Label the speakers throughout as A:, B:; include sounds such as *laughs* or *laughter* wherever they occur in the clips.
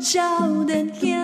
A: 少年兄，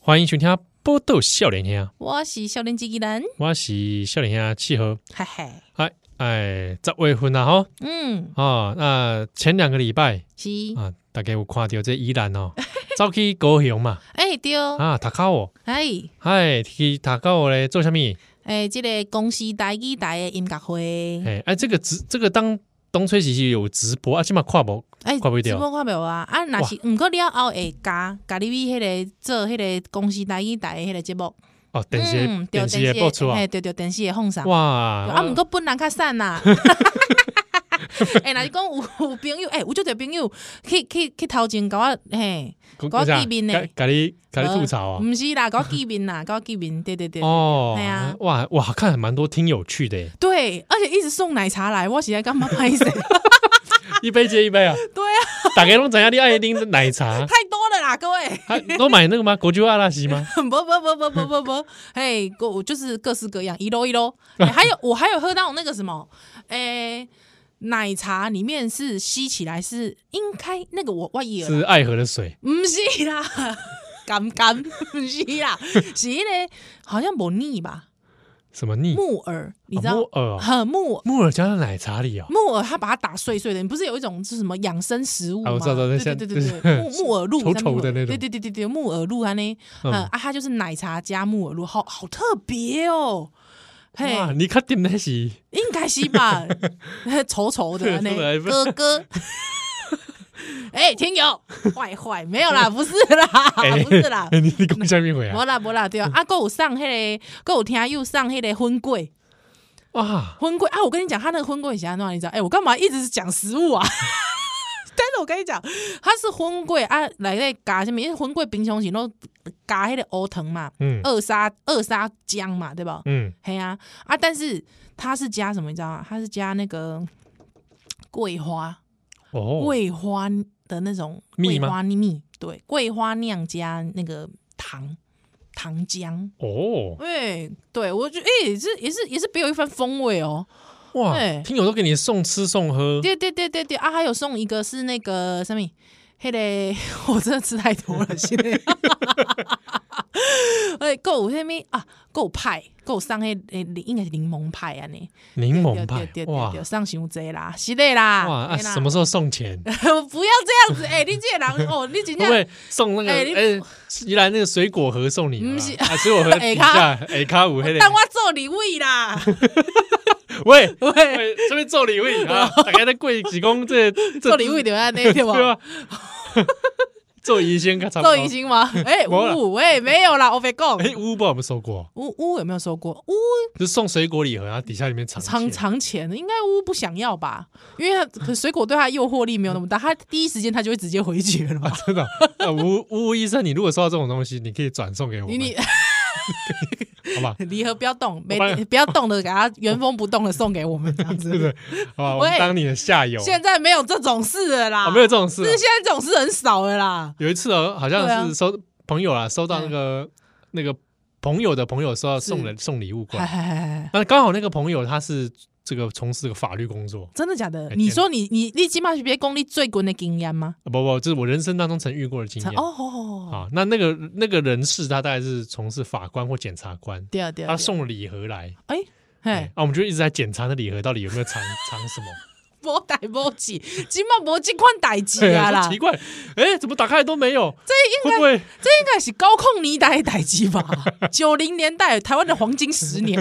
B: 欢迎收听《波豆笑脸兄》，
C: 我是少年机器人，
B: 我是笑脸兄七和，
C: 嘿嘿，
B: 哎哎，十未婚啦吼
C: 嗯，
B: 啊！那前两个礼拜
C: 是，
B: 啊，大概有看到这依然
C: *laughs*
B: 哦，走去高雄嘛
C: 哎、对，
B: 啊，塔卡哦，
C: 哎、
B: 嗨，去塔卡哦咧做啥物？
C: 哎、这个公司台语台的音乐会，
B: 哎哎，这个直这个当东吹西是有直播啊，起码跨无
C: 哎、
B: 看不到
C: 直播看袂啊？啊，若是毋过了后会加加入去迄个做迄个公司台语台的迄个节目，
B: 哦，电视的
C: 嗯对
B: 电视也播出啊
C: 嘿，对对，电视会放上。
B: 哇
C: 对啊，毋
B: 啊
C: 过本人较瘦
B: *laughs*
C: 啦。 *laughs* 哎，若是讲有有朋友，哎，有就个朋友去去去头前甲我嘿，搞地面呢
B: 甲甲你甲你吐槽啊！
C: 毋是啦，甲我见面啦，甲我见面，对对对。
B: 哦
C: 对啊，
B: 哇哇，看蛮多听友趣的耶，
C: 对，而且一直送奶茶来，我实在干嘛
B: *laughs*
C: 拍死？
B: 一杯接一杯啊！
C: 对啊，
B: 大家拢知影你爱啉奶茶，
C: 太多了啦，各位。 *laughs*
B: 还都买那个吗？国酒阿拉西吗？
C: 不不不不不不不，嘿，我就是各式各样，一楼
B: *laughs*
C: 一楼。哎还有我还有喝到那个什么，诶、奶茶里面是吸起来是应该那个我我以为
B: 是爱河的水
C: 不是啦， *laughs* 干干不是啦，是那个好像不腻吧？
B: 什么腻？
C: 木耳，你知
B: 哦
C: 道？
B: 木耳哦
C: 很木耳。
B: 木耳加到奶茶里哦。
C: 木耳，它把它打碎碎的，你不是有一种是什么养生食物吗？
B: 啊我知道知道那
C: 对
B: 像
C: 对
B: 就
C: 对
B: 是
C: 对，木木耳露，
B: 稠稠的那种
C: 对对对对对，木耳露啊那，
B: 嗯
C: 嗯啊，它就是奶茶加木耳露，好好特别哦，嘿，
B: 哇，你看点那是
C: 应该
B: *laughs*
C: 是吧，稠稠的啊
B: 出 *laughs* 来
C: 那，
B: 吧
C: 哥哥。 *laughs* 哎，听友，坏坏，没有
B: *laughs*
C: 啦，不是啦，啊不是啦，
B: 哎 *laughs* 你你讲下面回
C: *laughs*
B: 啊？
C: 无啦无啦，对啊，啊，够有上迄个，够有听又上迄个荤粿，
B: 哇，
C: 荤粿啊！我跟你讲，他那个荤粿以前那你知道？哎、我干嘛一直是讲食物啊？ *laughs* 但是我跟你讲，它是荤粿啊，来在加什么？因为荤粿平常时都加迄个乌糖嘛，
B: 嗯
C: 二砂二砂姜嘛，对吧？
B: 嗯，
C: 嘿啊啊！但是它是加什么？你知道吗？它是加那个桂花，
B: 哦，
C: 桂花的那种
B: 蜜吗
C: 桂花蜜，对，桂花酿加那个糖糖浆。
B: 哦，
C: 哎、对我觉得哎、这也是也是别有一番风味哦。
B: 哇，
C: 对
B: 听友都给你送吃送喝，
C: 对对对对对啊！还有送一个是那个什么，黑嘞，我真的吃太多了，现在。 *laughs* 哎，够有什么啊？够派，够上迄诶，应该是柠檬派啊呢。
B: 柠
C: 对
B: 檬
C: 对
B: 派
C: 对，对
B: 哇
C: 对，上伤济啦，是的啦。
B: 哇，啊
C: 嘿啦
B: 什么？时候送钱？
C: *laughs* 不要这样子，哎，你这个人哦，你真
B: 会不
C: 正
B: 会送那个？
C: 哎你
B: 哎，宜兰那个水果盒送你好
C: 不
B: 啦
C: 是
B: 啊，水
C: *laughs*
B: 果盒底下哎卡五黑的，
C: 当我做李位啦。 *laughs*
B: 喂 *laughs*
C: 喂，
B: 喂，这边做
C: *laughs*
B: 礼物啊，大家在贵几公这这
C: 做李位就安尼对不？
B: 对啊吧？ *laughs* 做宜兴跟差不多
C: 做明，星吗？
B: *laughs*
C: 哎，
B: 没啦
C: 呜，哎，没有啦，我别讲。
B: 哎，乌包我们收过，
C: 呜呜，有没有收过？呜
B: 就送水果礼盒，然后底下里面藏
C: 藏
B: 钱
C: 藏钱，应该乌不想要吧？因为他可水果对他诱惑力没有那么大，他第一时间他就会直接回绝
B: *laughs*
C: 了
B: 啊
C: 嘛。，
B: *laughs* 真的啊，吴吴医生，你如果收到这种东西，你可以转送给我
C: 你
B: 们，
C: *laughs* 你
B: 好吧？
C: 离合不要动，没
B: 我帮你
C: 不要动的，给他原封不动的送给我们这样
B: *laughs* 对不
C: 子。
B: 对？好吧，我们
C: 喂
B: 当你的下游，
C: 现在没有这种事了啦，
B: 啊，没有这种事
C: 是。现在这种事很少了啦。
B: 有一次哦，好
C: 对
B: 像
C: 啊嗯
B: 是收朋友啦，收到那个那个朋友的朋友收到送人送礼物过
C: 嗨
B: 来，
C: 嗨嗨嗨，
B: 那刚好那个朋友他是这个从事这个法律工作，
C: 真的假的
B: 哎？
C: 你说你你你起码是别功力最滚的经验吗？
B: 啊不不，这是我人生当中曾遇过的经验。
C: 哦哦，
B: 啊，那那个那个人士他大概是从事法官或检察官，
C: 对啊对啊，
B: 他
C: 对啊
B: 送了礼盒来，
C: 哎
B: 哎
C: 嘿，
B: 啊，我们就一直在检查那礼盒到底有没有
C: *laughs*
B: 藏藏什么。
C: 无代无志，今嘛无这款代志啊
B: 啊
C: 啦
B: 说奇。怪，哎，怎么打开都没有？这应该会不会
C: 这应该是高控年代的代志吧？九零年代台湾的黄金十年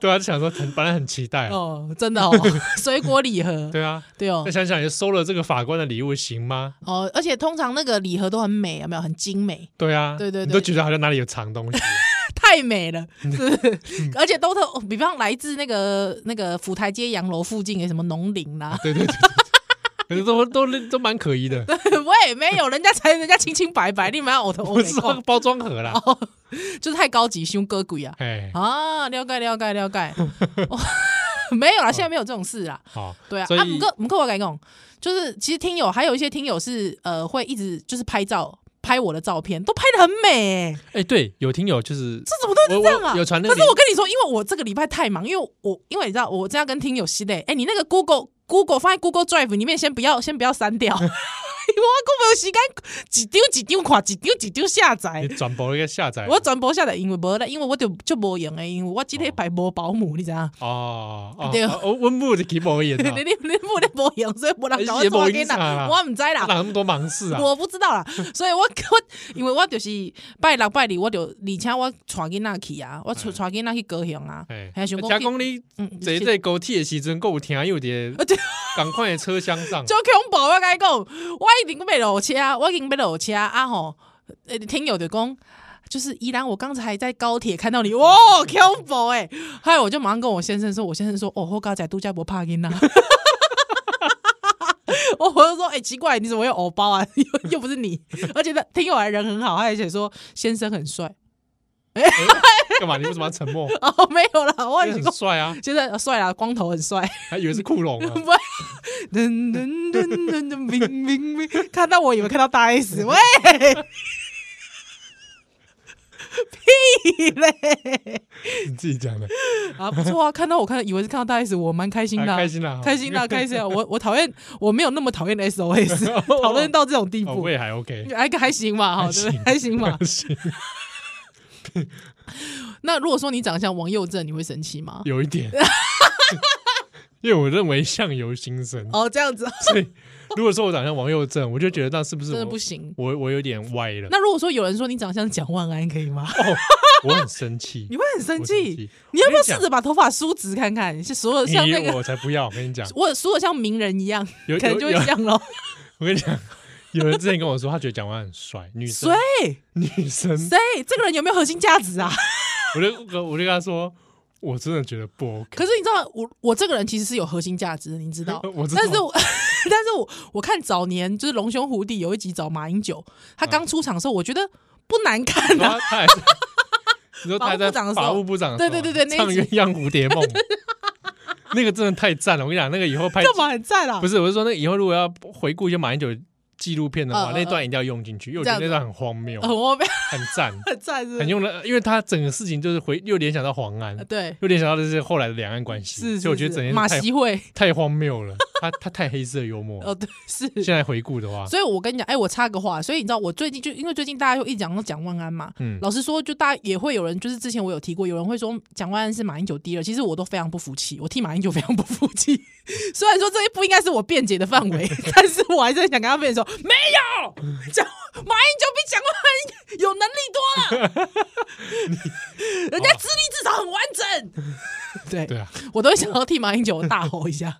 B: 对啊？就想说很本来很期待啊，
C: 哦，真的哦，水果礼盒，
B: 对啊，
C: 对哦
B: 再，想想也收了这个法官的礼物行吗？
C: 哦，而且通常那个礼盒都很美，啊有没有？很精
B: *laughs*
C: 美，
B: 对啊，
C: 对对对
B: 你都觉得好像哪里有藏东西，啊
C: 太美了，是不是？ *laughs* 而且都特，哦比方来自那个那个府台街洋楼附近的什么农林啊啦，
B: 对对对对，可是都都都蛮可疑的，
C: *laughs* 喂，没有，人家才人家清清白白，你们要我头我
B: 不
C: 没
B: 是
C: *laughs*
B: 那个包装盒
C: 哦
B: 啦，
C: 就是太高级，凶哥鬼啊！
B: 哎，
C: 啊，了解了解了解，哦 *laughs* 没有啦，现在没有这种事啦。
B: 好，
C: 对啊，
B: 所以
C: 啊，不过不过我跟你讲，就是其实听友还有一些听友是呃会一直就是拍照拍我的照片，都拍的很美、欸，
B: 哎，对，有听友就是
C: 这怎么都
B: 我
C: 是这样啊
B: 我？有传那
C: 可
B: 个
C: 是我跟你说，因为我这个礼拜太忙，因为我因为你知道我这样跟听友系列，哎、你那个 Google Google 放在 Google Drive 里面，先不要先不要删掉，我无时间一张一张看，一张一张下载
B: 你。转播一个下载
C: 我全部下载，因为无啦，因为我就就无用诶，因为我即礼拜无保姆，你知影？
B: 哦哦，
C: 对
B: 哦哦温布的 keyboard 也
C: 你你你母咧无用，所以无人甲我
B: 也
C: 做
B: 无
C: 我
B: 影
C: 囡
B: 响啦
C: 仔，我毋知啦。
B: 那么多忙事啊，
C: 我不知道
B: *laughs*
C: 啦，所以我 *laughs* 我因为我就是拜六拜日，我就而且我带囡仔去啊，我带带囡仔去高雄啊，
B: 哎，
C: 还想
B: 加
C: 讲
B: 讲
C: 去，
B: 你
C: 嗯，
B: 坐
C: 是
B: 在高铁的时阵，够有听有点
C: 啊对，
B: 赶快的车厢上，
C: *laughs* 就恐怖，我甲你讲，我已经要落车，我已经要落车啊吼，呃，听友就讲。就是依然，我刚才在高铁看
B: *laughs*
C: 到你，哇，恐怖哎、欸！后来我就马上跟我先生说，我先生说，哦，我刚才度假不怕囡呐。 *laughs* 我我就说，哎、奇怪，你怎么有偶包啊？ *laughs* 又又不是你，而且他听友还人很好，他还写说先生很帅。 *laughs*
B: 干嘛？你为什么要沉默？
C: 哦，没有啦，我
B: 你
C: 已经
B: 很帅啊，
C: 现在帅啦，光头很帅。
B: 还以为是库龙啊。
C: *laughs* 噔噔噔噔噔，明明明，看到我以为看到大 S，喂，屁嘞！
B: 你自己讲的，
C: *laughs*
B: *laughs*
C: 啊，不错啊，看到我看以为是看到大 S，我蛮开心的啊、
B: 啊开心啦，
C: 开心啦，开心啊！我我讨厌，我没有那么讨厌 SOS，讨论到这种地
B: *laughs* 哦，
C: 步
B: 我，也还
C: *laughs*
B: OK，
C: 还还行吧，哈，
B: 还
C: 对
B: 行
C: 不对？还行
B: *laughs*
C: 吧。
B: 行，
C: 那如果说你长得像王佑正，你会生气吗？
B: *laughs* 有一点，因为我认为相由心生，
C: 哦，这样子
B: 所以如果说我长得像王佑正，我就觉得那是不是
C: 真的
B: 我
C: 不行。
B: 我我有点歪
C: *laughs*
B: 了，
C: *laughs* 那如果说有人说你长得像蒋万安，可以吗？
B: 我很生气，
C: *laughs* 你会很生
B: 哦我
C: 气。你要不
B: 我跟
C: 要
B: 你
C: 试
B: 讲
C: 着把头发梳直看看？是所有像那
B: 你
C: 个
B: 我才不要，我跟你讲，
C: 我梳的像名人一样，
B: 有
C: 可能就
B: 有
C: 会
B: 有，
C: 像咯。
B: *laughs* 我跟你讲，有人之前跟我说，他觉得蒋万安很
C: *laughs*
B: 帅，女生
C: 谁
B: 女生，
C: 谁这个人有没有核心价值啊？
B: 我就我就跟他说，我真的觉得不 OK，？
C: 可是你知道，我我这个人其实是有核心价值的，你知道
B: *laughs* 我知道
C: 但是我 *laughs* 但是我我看早年就是《龙兄虎弟》有一集找马英九，他刚出场的时候，我觉得不难看
B: 他他
C: 啊。
B: 还你说他还在
C: 法务部长
B: 法务部长的
C: 的时候
B: 时候，
C: 对对对对那
B: 唱
C: 一
B: 《
C: 集
B: 鸳鸯蝴蝶梦》，那个真的太赞了。我跟你讲，那个以后拍
C: 干嘛很赞啊啦
B: 不？是，我是说那个以后如果要回顾一些马英九纪录片的话，
C: 嗯嗯
B: 那段一定要用进去，因为我
C: 这
B: 觉得那
C: 样哦
B: 段很荒谬，
C: 很 *laughs* 我被
B: 很赞，
C: 很赞是不
B: 很
C: 是？
B: 用了，因为他整个事情就是回又联想到黄安
C: 呃。对，
B: 又联想到的是后来的两岸关系，
C: 是
B: 所以我
C: 是
B: 觉得整
C: 是
B: 件
C: 马
B: 事
C: 习会
B: *laughs* 太太荒谬了。他他太黑色幽默了。
C: 哦，对是。
B: 现在回顾的话，
C: 所以我跟你讲，哎、我插个话，所以你知道我最近就因为最近大家就一直讲到蒋万安嘛，
B: 嗯，
C: 老实说，就大家也会有人，就是之前我有提过，有人会说蒋万安是马英九第二，其实我都非常不服气，我替马英九非常不服气。 *laughs* 虽然说这不应该是我辩解的范围， *laughs* 但是我还是很想跟他辩解说，没有蒋马英九比蒋万安有能力多了，人家资历至少很完整。对，
B: 对啊，
C: 我都会想要替马英九大吼一下，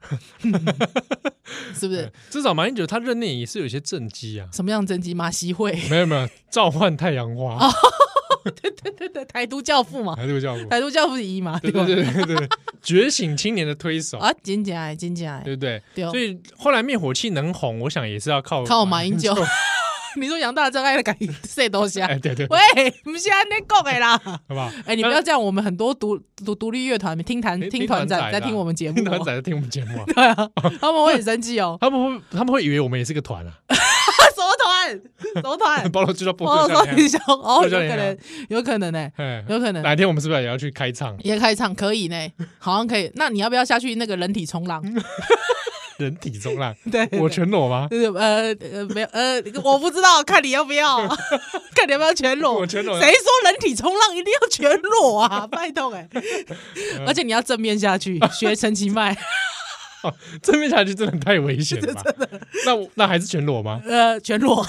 C: 是不是？
B: 至少马英九他任内也是有一些政绩啊。
C: 什么样的政绩？马习会，
B: 没有没有，召唤太阳花，
C: 哦对对对，台独教父嘛，
B: 还是叫过。
C: 台独教父一嘛，
B: 对
C: 对吧
B: 对？对对对，觉醒青年的推手，
C: 啊，真假哎，真假哎，
B: 对不对？
C: 对哦
B: 所以后来灭火器能红，我想也是要靠
C: 靠马英九。 *laughs* 你说杨大真爱的感谁东西啊？
B: 哎，对对，好
C: 喂，不是安尼讲
B: *laughs*
C: 的啦！
B: 不好？
C: 哎，你不要这样，我们很多独独独立乐团、听团
B: 哎
C: 听团
B: 啦
C: 仔在听我们节目
B: 听团
C: 哦，
B: 仔在听我们节目啊， *laughs*
C: 对啊，他们会很生气哦。
B: 他们会他们会以为我们也是个团啊，
C: 什么团？什么
B: *laughs*
C: 团？
B: 包罗知道波
C: 哦，嗯
B: 特
C: 说
B: 教
C: 你
B: 练
C: 想哦，有
B: 就这
C: 可
B: 样
C: 能，有可能呢，
B: 啊哎，
C: 有可能
B: 哪天我们是不是也要去开唱
C: 也开唱可以呢，好像可以。那你要不要下去那个人体冲浪？ *laughs*
B: 人体冲浪？
C: 对，对
B: *laughs* 我全裸吗？
C: 对呃呃没有呃，我不知道，看你要不要，
B: *laughs*
C: 看你要不要全裸。
B: 我全裸啊
C: 谁说人体冲浪一定要全裸啊？拜托哎、
B: 嗯
C: 而且你要正面下去，学陈其迈，
B: 正面下去真的太危险
C: *laughs*
B: 了吧？那我那还是全裸吗？ *laughs*
C: 呃，全裸。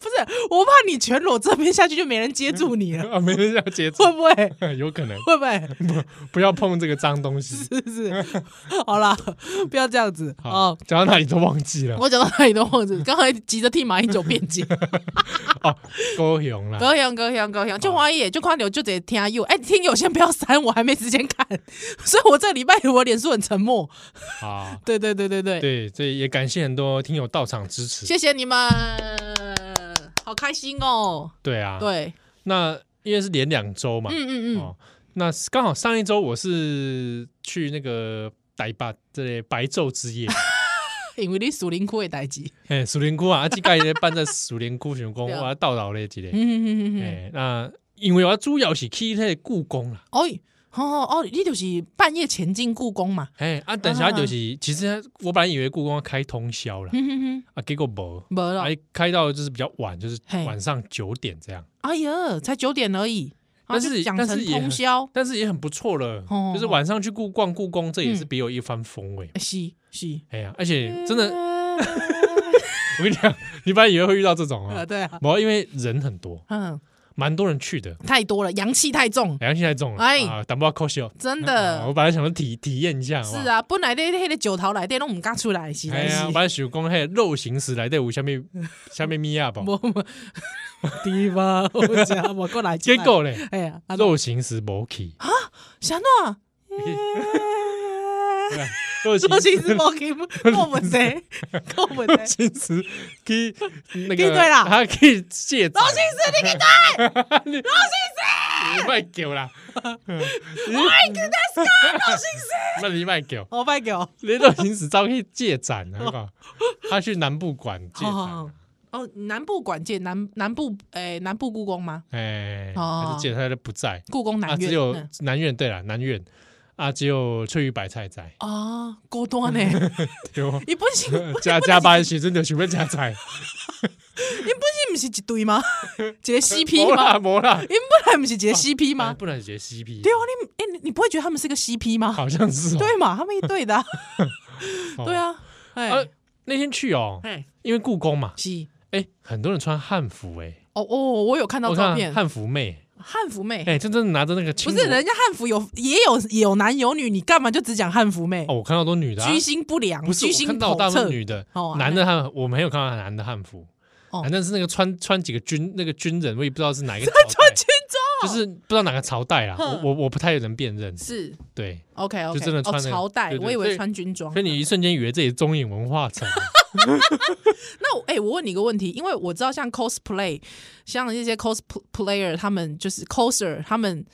C: 不是，我怕你全裸正面下去就没人接住你了，
B: 啊，没人要接触， *laughs*
C: 会不会？
B: 有可能
C: 会不会？
B: 不要碰这个脏东西。
C: 是不是？好啦，不要这样子
B: 好
C: 哦。，
B: 讲到哪里都忘记
C: *laughs*
B: 了。
C: 我讲到哪里都忘记，刚才急着替马英九辩解。
B: 哦，高雄啦，
C: 高雄，高雄，高雄，就华野，就看到就得听友，哎、听友先不要删，我还没时间看， *laughs* 所以我这礼拜我脸书很沉默。
B: 啊，
C: 对对对对对，
B: 对，所以也感谢很多听友到场支持。
C: 谢谢你们，好开心哦。
B: 对啊，，
C: 对，
B: 那因为是连两周嘛，
C: 嗯嗯嗯，
B: 哦，那刚好上一周我是去那个台北这里白昼之
C: *laughs*
B: 夜，
C: 因为你属灵窟的代志，
B: 哎，树林窟啊，啊，这盖咧办在树林窟想讲我
C: *laughs* 对啊
B: 要到老咧一个，哎
C: 嗯嗯嗯嗯，
B: 哎，那因为我主要是去那个故宫啦，
C: 哦，哦哦，你就是半夜前进故宫嘛，
B: 哎啊，等下就是，其实我本来以为故宫要开通宵了
C: 哼哼哼，
B: 啊，结果没，
C: 没了，
B: 还开到就是比较晚，就是
C: 嗯嘿
B: 晚上九点这样，
C: 哎呀，才九点而已，
B: 但是
C: 啊就讲
B: 但
C: 成
B: 是也
C: 通
B: 很
C: 宵，
B: 但是也很不错了
C: 哦，
B: 就是晚上去故逛故宫，这也是别有一番风味。
C: 哎是是，
B: 哎呀，而且
C: 嗯
B: 真的， *laughs*
C: 的，
B: 我跟你讲，你本来以为会遇到这种
C: 呃
B: 啊，
C: 对 *laughs* 啊，
B: 没有，因为人很多，
C: 嗯，
B: 蛮多人去的，
C: 太多了，阳气
B: *laughs*
C: 太重，
B: 良心太重了，
C: 哎
B: 啊，胆不要扣笑。
C: 真
B: 啊
C: 的
B: 我本来想说体体验一下，好不好
C: 是，啊，本来咧迄个九头内底拢毋敢出来，是
B: 哎
C: 在是
B: 呀，我，本来想讲嘿，肉形石来对有下面下面啊米
C: *laughs*
B: 亚宝，
C: 无无，地方我讲无过来，
B: 结，果嘞，
C: 哎呀， *laughs* 啊
B: 肉形石无去，
C: 啥喏？
B: 对啊肉
C: 说
B: 形
C: 其实无给我们谁，我们
B: 肉
C: 谁？
B: 形石去那个
C: 去对啦
B: 他可以借
C: 老先生，你给他
B: *laughs* 你卖狗
C: *laughs*
B: 啦！我爱跟他说，那你卖狗，
C: 我拜给我。
B: 你都行使照去借展那个，他去南部馆借
C: 好
B: 展
C: 好，哦，南部管界，南南部诶、南部故宫吗？
B: 哎，
C: 哦
B: 他是借他都不在
C: 故宫
B: 啊，
C: 南
B: 只
C: 院、
B: 有
C: 嗯
B: 南院对了，南院啊，只有翠玉白菜在，
C: 啊，高端呢？ *laughs*
B: 对吧
C: 你本身你本
B: 加加班时真的随便加
C: *laughs*
B: 菜，
C: 身不是一对吗？一个 CP
B: 没
C: 吗？
B: 啦没啦，
C: 你们本来不是一个 CP
B: 啊
C: 吗？
B: 不然直接 CP，
C: 对啊，你哎、你你不会觉得他们是个 CP 吗？
B: 好像是哦，
C: 对嘛，他们一对的啊、
B: *laughs* 哦
C: 对，啊，哎、
B: 啊那天去哦，
C: 哎，
B: 因为故宫嘛，
C: 是
B: 哎，很多人穿汉服，哎，
C: 哦哦，我有看到
B: 我
C: 照
B: 看
C: 片，
B: 汉服妹。
C: 汉服妹。
B: 哎、真正拿着那个青
C: 不
B: 龙，
C: 是，人家汉服有也有有男有女，你干嘛就只讲汉服妹？
B: 哦，我看到都女的、啊，
C: 居心不良，
B: 不是
C: 居
B: 我
C: 心
B: 看到大
C: 叵
B: 部分
C: 测。
B: 女的，
C: 哦
B: 男的汉我没有看到男的汉服，
C: 哦
B: 反正是那个穿穿几个军那个军人，我也不知道是
C: *laughs*
B: 哪一个朝
C: 穿
B: 代，
C: 军
B: 就是不知道哪个朝代啦，
C: 哼
B: 我我我不太能辨认，
C: 是
B: 对，
C: OK OK，
B: 就真的穿
C: 哦、
B: 那个
C: 朝代
B: 对，对
C: 我以
B: 所
C: 为
B: 以
C: 穿军装
B: 所。以你一瞬间以为这里是中影文化城，
C: 那我哎、我问你一个问题，因为我知道像 cosplay，像那些 cosplayer，他们就是 coser，他们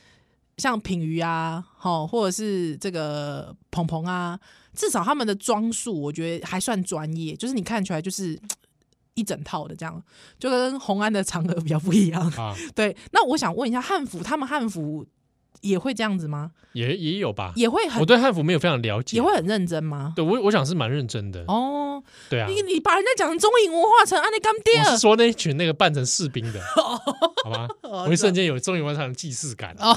C: 像品瑜啊，好，或者是这个鹏鹏啊，至少他们的装束我觉得还算专业，就是你看起来就是。一整套的这样，就跟红安的场合比较不一样。 *laughs*
B: 啊，
C: 对，那我想问一下，汉服他们汉服也会这样子吗？
B: 也也有吧，
C: 也会很
B: 我对汉服没有非常了解，
C: 也会很认真吗？
B: 对我我想是蛮认真的，
C: 哦，
B: 对啊，
C: 你你把人家讲成中影文化城，啊，你干爹
B: 我是说那一群那个扮成士兵的，好吗？
C: *laughs* 哦
B: 我一瞬间有中影文化城的既视感，
C: 哦，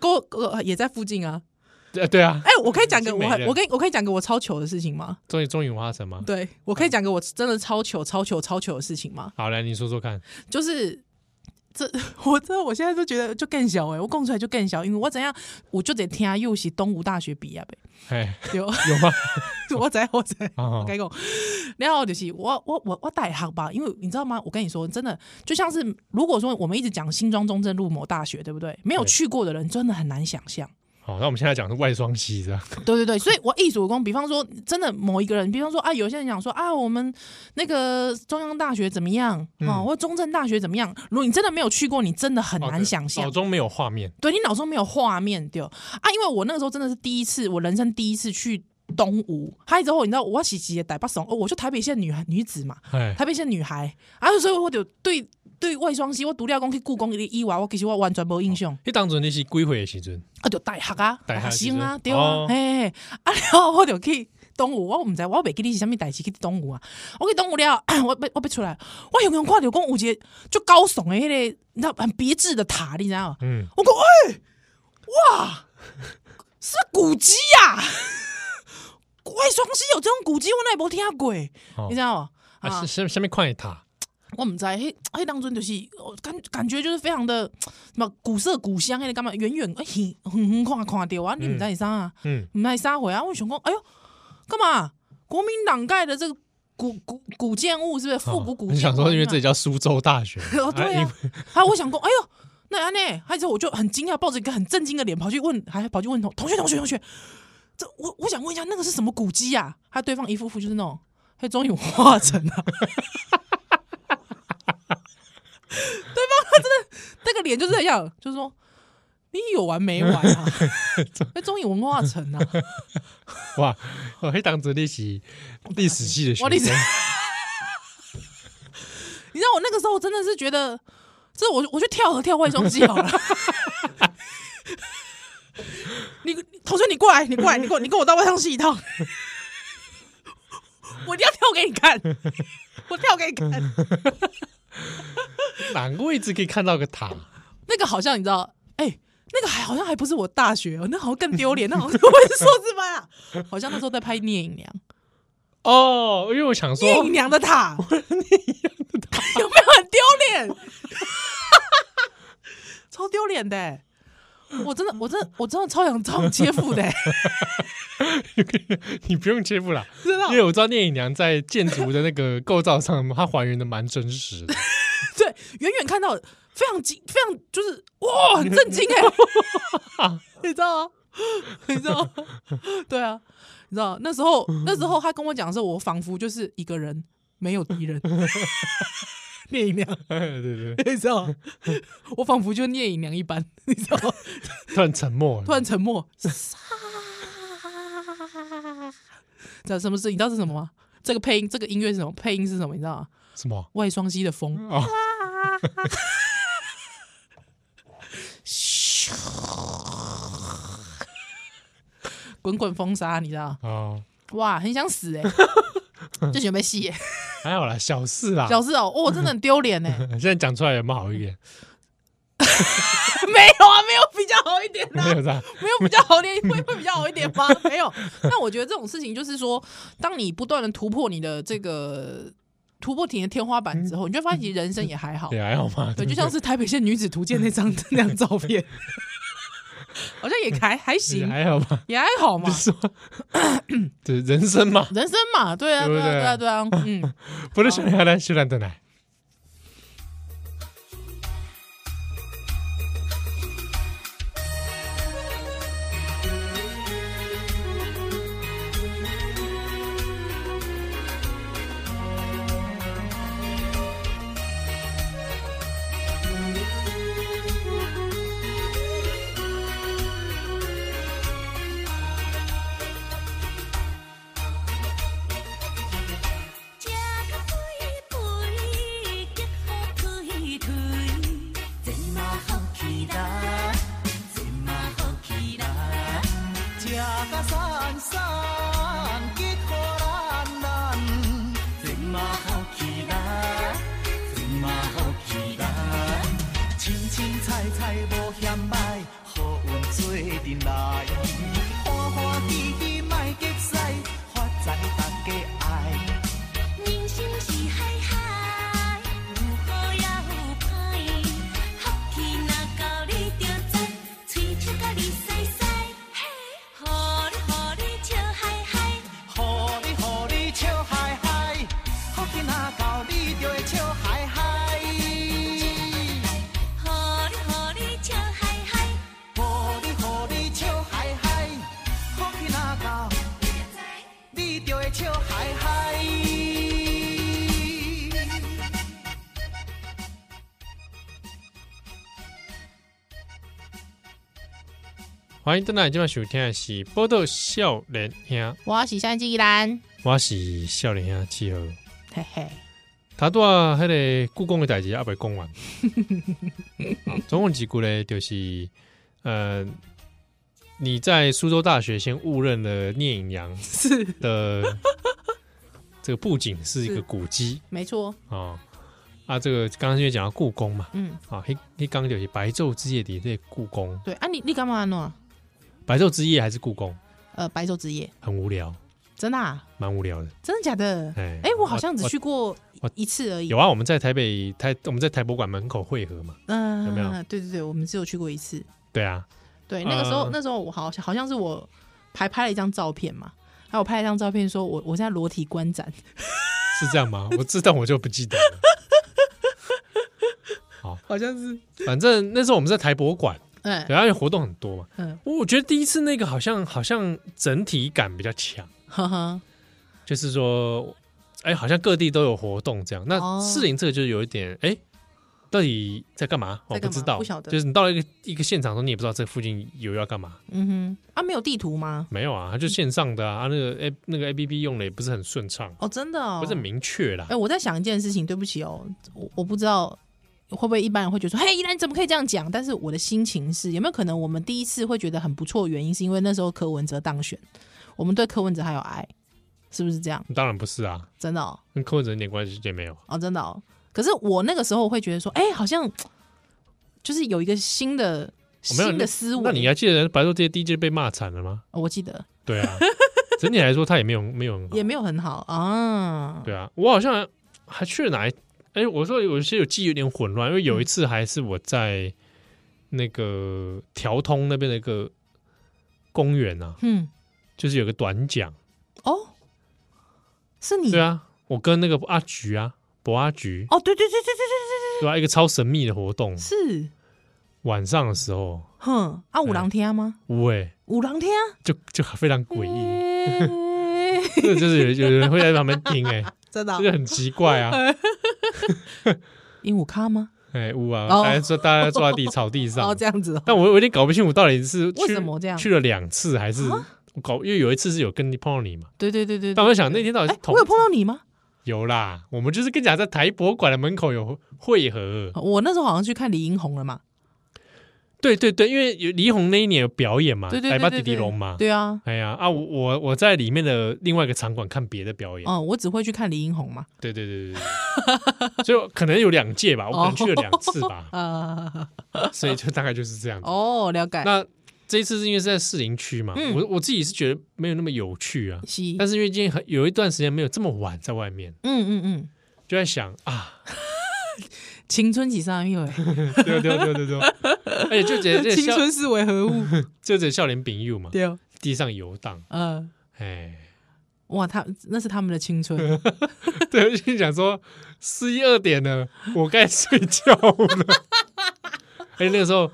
C: 哥哥也在附近啊。
B: 对对啊，
C: 哎、我可以讲个
B: 已经没嗯
C: 我很
B: 了
C: 我跟我可以讲个我超糗的事情吗？
B: 中影中影文化城吗？
C: 对，我
B: 嗯
C: 可以讲个我真的超糗、超糗、超糗的事情吗？
B: 好，来你说说
C: *laughs*
B: 看。
C: 就是这， *laughs* 我真的我现在都觉得就更小哎、我供出来就更小，因为我怎样，我就得听又是东吴大学毕业呗，
B: 哎，
C: 对，
B: 有吗？
C: *laughs* 我知我知。
B: 哦
C: 我跟你讲，然后就是我我我我大行吧，因为你知道吗？我跟你说，真的就像是如果说我们一直讲新庄中正入某大学，对不对？没有
B: 对
C: 去过的人真的很难想象。
B: 好，那我们现在讲的是外双溪这样。
C: 对对对，所以我艺术工，比方说，真的某一个人，比方说啊，有些人讲说啊，我们那个中央大学怎么样啊、
B: 嗯
C: 或中正大学怎么样？如果你真的没有去过，你真的很
B: 哦
C: 难
B: 对
C: 想象。
B: 脑中没有画面。
C: 对你脑中没有画面对啊，因为我那个时候真的是第一次，我人生第一次去东吴，还有之后你知道我喜喜也逮不怂哦，我就台北县女孩女子嘛，
B: 哎，
C: 台北县女孩啊，所以我就对对外双溪，我独立工去故宫的以外，我其实我完全无印象。
B: 你当初你是几岁的时阵？
C: 啊，就大学啊，
B: 大学
C: 大学生啊，
B: 时阵
C: 对啊
B: 哦，
C: 嘿，嘿啊，然后我就去东吴，我毋知我袂记你是啥物代志去东吴啊，我去东吴了， *clears throat* 我要我要出来，我形容看着讲有一个就高耸的迄、个，你知道很别致的塔，你知道吗？
B: 嗯，
C: 我讲，哎、哇，是古迹呀、 *laughs* 外双溪有这种古迹，我哪会无听过，
B: 哦
C: 你知道吗？
B: 啊，是下下面看一塔，
C: 我唔知道，迄迄当阵就是我感感觉就是非常的什么古色古香，迄个干嘛远远哎远远远看看到啊，你唔知道是啥啊，
B: 嗯，
C: 唔、知道是啥回啊，我想讲，哎呦，干嘛国民党盖的这个古古古建物是不是复古
B: 哦
C: 古建物、，
B: 你想说，因为这里叫苏州大学
C: *laughs* 哦对
B: 哎因
C: 啊
B: 为，
C: 还有我想过，哎呦，那安内，还有之后我就很惊讶，抱着一个很震惊的脸跑去问，还跑去问同同学同学同学，这我我想问一下，那个是什么古迹啊？他对方一副副就是那种，嘿，中影文化城啊。对方他真的那个脸就是这样，就是说你有完没
B: *laughs*
C: 完啊？那中影文化城啊，
B: 哇，我黑当初你是历史系的学
C: 我历史
B: 生，
C: *laughs* 你知道我那个时候真的是觉得，这我我去跳河跳外双溪好了。同 *laughs* 学你过来，你过来，你过，你跟我到外商去一趟，我一定要跳给你看，我跳给你看。
B: 哪个位置可以看到个
C: *laughs*
B: 塔？
C: 那个好像你知道，哎、那个还好像还不是我大学哦，那好像更丢脸，那好像我是硕士班啊，好像那时候在拍《聂隐娘》，
B: 哦，因为我想说
C: 聂，隐娘的塔，聂隐娘的塔有没有很丢脸？ *laughs* 超丢脸的、欸，我真的，我真的，我真的超想超想切腹 *laughs* 的、欸，
B: 你不用切腹啦，
C: 真的
B: *laughs* 因。为我知道聂隐娘在建筑的那个构造上，它还原的蛮真实
C: *laughs*
B: 的。
C: 对，远远看到非常惊，非常就是哇，很震惊 *laughs* 哎、你知道吗？你知道吗？对啊，你知道那时候那时候他跟我讲的时候，我仿佛就是一个人，没有敌人， *laughs* 聂姨娘，
B: 对对对，
C: 你知道吗？我仿佛就聂姨娘一般，你知道吗？
B: 突然沉默了，
C: 突然沉默， *laughs* 杀，知道什么事？你知道是什么吗？这个配音，这个音乐是什么？配音是什么？你知道吗？
B: 什么？
C: 外双溪的风。
B: 哦，
C: 咻，滚滚风沙，你知道？
B: 哦，
C: 哇，很想 *laughs* 死哎、欸，就准备吸耶、
B: 还好啦，小事啦。
C: 小事哦， *laughs* 哦，真的很丢脸哎，
B: 现在讲出来有没有好一点？
C: *laughs* 没有啊，没有比较好一点
B: 没
C: *laughs* 啊，
B: 有吧？
C: 没有比较好一点，会会比较好一点吗？没有。那我觉得这种事情就是说，当你不断的突破你的这个突破你的天花板之后，你就会发现其实人生也还好，
B: 也还好嘛。
C: 嗯对，
B: 不
C: 就像是台北县女子图鉴那张那张照 *laughs* 片，好像也还还
B: 也
C: 行，
B: 还好嘛。
C: 也还好嘛
B: 就。是说， *coughs* 对人生
C: *laughs*
B: 嘛，
C: 人生嘛，对啊，
B: 对
C: 对
B: 不
C: 啊，对啊，对啊，
B: *laughs*
C: 嗯，
B: 不是想要来修兰的奶。
A: 吃甲肥肥，结好开开，这嘛好起来，这嘛好起来。
D: 食甲散散，结互咱咱，
A: 真嘛好起来，真嘛好起来，
D: 青青菜菜无嫌歹，好运做阵来，欢欢喜喜莫结屎，发财大家爱，
A: 人生是海海，有好也有歹，福气若到你就知，嘴笑甲你使使，嘿，互你互你笑嗨嗨。
D: 互你互你笑嗨嗨，福气若到你就会笑嗨嗨，
A: 互你互你笑嗨嗨，
D: 互你互你笑嗨嗨，福气若到你就会笑嗨嗨。
B: 欢迎登来，今晚收听的是《波豆笑脸兄》，
C: 我是相机兰，
B: 我是笑脸兄七号。
C: 嘿嘿，
B: 他拄啊，迄个故宫的代志还未讲完。好总共几句咧，就是呃，你在苏州大学先误认了聂隐娘
C: 是
B: 的这个不仅是一个古迹
C: 没错，
B: 啊、啊，这个刚刚因为讲到故宫嘛，
C: 嗯，
B: 啊，黑黑刚就是白昼之夜里这个故宫，
C: 对啊你，你干嘛呢？
B: 白昼之夜还是故宫，
C: 呃，白昼之夜，
B: 很无聊，
C: 真的、啊，
B: 蛮无聊的。
C: 真的假的？
B: 哎
C: 哎、我好像只
B: 我
C: 去过
B: 我
C: 一次而已
B: 有。啊，我们在台北台我们在台博馆门口汇合嘛，
C: 嗯、
B: 有没有
C: 对对对，我们只有去过一次。
B: 对啊，
C: 对，那个时候、
B: 呃
C: 那时候我好像好像是我还拍了一张照片嘛，然后我拍了一张照片，说我我现在裸体观展，
B: 是这样
C: *laughs*
B: 吗？我自动我就不记得了。
C: 好像是，
B: 反正那时候我们在台博馆，
C: 哎、
B: 对啊，因为活动很多嘛。
C: 嗯，
B: 我我觉得第一次那个好像好像整体感比较强，
C: 呵呵，
B: 就是说，哎，好像各地都有活动这样。那
C: 哦
B: 士林这个就有一点，哎，到底在干嘛？我不
C: 在干嘛
B: 知道，
C: 不晓得
B: 就是你到了一个一个现场的时候，你也不知道这附近有要干嘛。
C: 嗯哼，啊，没有地图吗？
B: 没有啊，它就线上的啊，啊那个 A 那个 A P P 用的也不是很顺畅，
C: 哦，真的哦，
B: 不是很明确啦
C: 哎、。我在想一件事情，对不起哦，我我不知道会不会一般人会觉得说，嘿，依然你怎么可以这样讲？但是我的心情是，有没有可能我们第一次会觉得很不错？原因是因为那时候柯文哲当选，我们对柯文哲还有爱，是不是这样？
B: 当然不是啊，
C: 真的哦，
B: 跟柯文哲一点关系也没有。啊
C: 哦真的哦。可是我那个时候会觉得说，哎、好像就是有一个新的
B: 哦没有
C: 新的思维。
B: 那你还记得白昼这些第一届被骂惨了吗？
C: 哦我记得
B: 对
C: *laughs*
B: 啊，整体来说他也没有没有很好
C: 也。没有很好啊。
B: 对啊，我好像还去了哪一？哎、我说有些有记忆有点混乱，因为有一次还是我在那个调通那边的一个公园啊，
C: 嗯，
B: 就是有个短讲。
C: 哦，是你
B: 对啊，我跟那个阿菊啊，博阿菊，
C: 哦，对对对对对
B: 对啊，一个超神秘的活动，
C: 对，是，
B: 晚上的时候，
C: 哼，啊，五郎天吗？
B: 喂，
C: 五郎天啊，
B: 就就非常诡
C: 嗯
B: 异，
C: 欸
B: 这就是有有人会在旁边听、哎，
C: *laughs* 真的哦
B: 这就很奇怪啊。
C: 鹦鹉咖吗？
B: 哎，屋啊，
C: 哦
B: 大家说大家坐在地草地上
C: 哦，，这样子哦，
B: 但我我有点搞不清楚到底是去
C: 为什么这样
B: 去了两次还是我搞，因为有一次是有跟你碰到你嘛，
C: 对对对对。
B: 但我
C: 对
B: 在想那天到底
C: 哎
B: 是，同
C: 我有碰到你吗？
B: 有啦，我们就是跟你讲在台博馆的门口有汇合，
C: 我那时候好像去看李英红了嘛，
B: 对对对，因为有黎红那一年有表演嘛，
C: 对对
B: 台
C: 对
B: 巴啊
C: 对
B: 哎迪
C: 对，
B: 迪龙嘛，
C: 对啊，
B: 哎呀啊，我我我在里面的另外一个场馆看别的表演，
C: 嗯，我只会去看李英红嘛，
B: 对对对对对，
C: *laughs*
B: 所以我可能有两届吧，我可能去了两次吧，
C: 呃，
B: 所以就大概就是这样子。
C: 哦，了解，
B: 嗯那这一次是因为是在士林区嘛，
C: 嗯
B: 我我自己是觉得没有那么有趣啊，
C: 是，嗯
B: 但是因为今天很有一段时间没有这么晚在外面，
C: 嗯嗯，
B: 就在想啊，
C: 青春期上幼儿，
B: 对对对对
C: *laughs*
B: 对，而且就 *laughs* 觉得这
C: 青
B: 笑，
C: 春是为
B: *laughs*
C: 何物？
B: 就觉得笑脸饼柚嘛，
C: 对，
B: 地上游荡，
C: 呃，
B: 哎， *laughs*
C: 哇，他那是他们的青春，
B: 对，我就想说十一二点了，我该睡觉了。 *laughs* 而且那个时候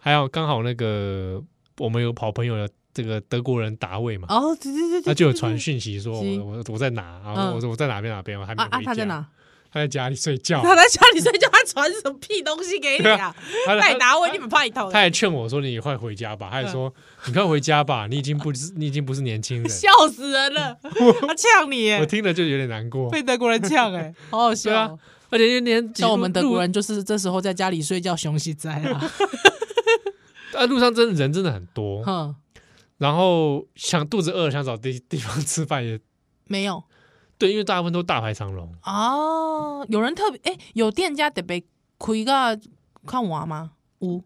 B: 还有刚好那个我们有好朋友的这个德国人达卫嘛，
C: 哦，对对对
B: 他
C: 对，
B: 就有传讯息说
C: 是
B: 我我我在哪啊，
C: 嗯
B: 我说我在哪边哪边，我还没
C: 啊啊，
B: 回家。哦
C: 他在？哪？
B: 他在家里睡觉。
C: *laughs* 他在家里睡觉，他传什么屁东西给
B: *laughs*
C: 你啊？
B: 他
C: 赖
B: 他
C: 达威，你们拜托
B: 他，还劝我说：“你快回家吧。”他
C: 嗯
B: 还说：“你快回家吧，你已经不是你已经不是年
C: *laughs*
B: 轻人。
C: 笑死人
B: *laughs*
C: 了，他呛你”
B: 我
C: 耶，
B: 听了就有点难过。
C: 被德国人
B: *laughs*
C: 呛哎，好好
B: 对
C: 笑
B: 啊
C: 哦。，
B: 而且那天
C: 像我们德国人就是这时候在家里睡觉，熊喜灾啦，
B: 啊，路上真的人真的很多，
C: *laughs* 哼，
B: 然后想肚子饿想找地地方吃饭也
C: 没有
B: 对，因为大部分都大排长龙。
C: 哦，有人特别哎，有店家得被开个看我吗？有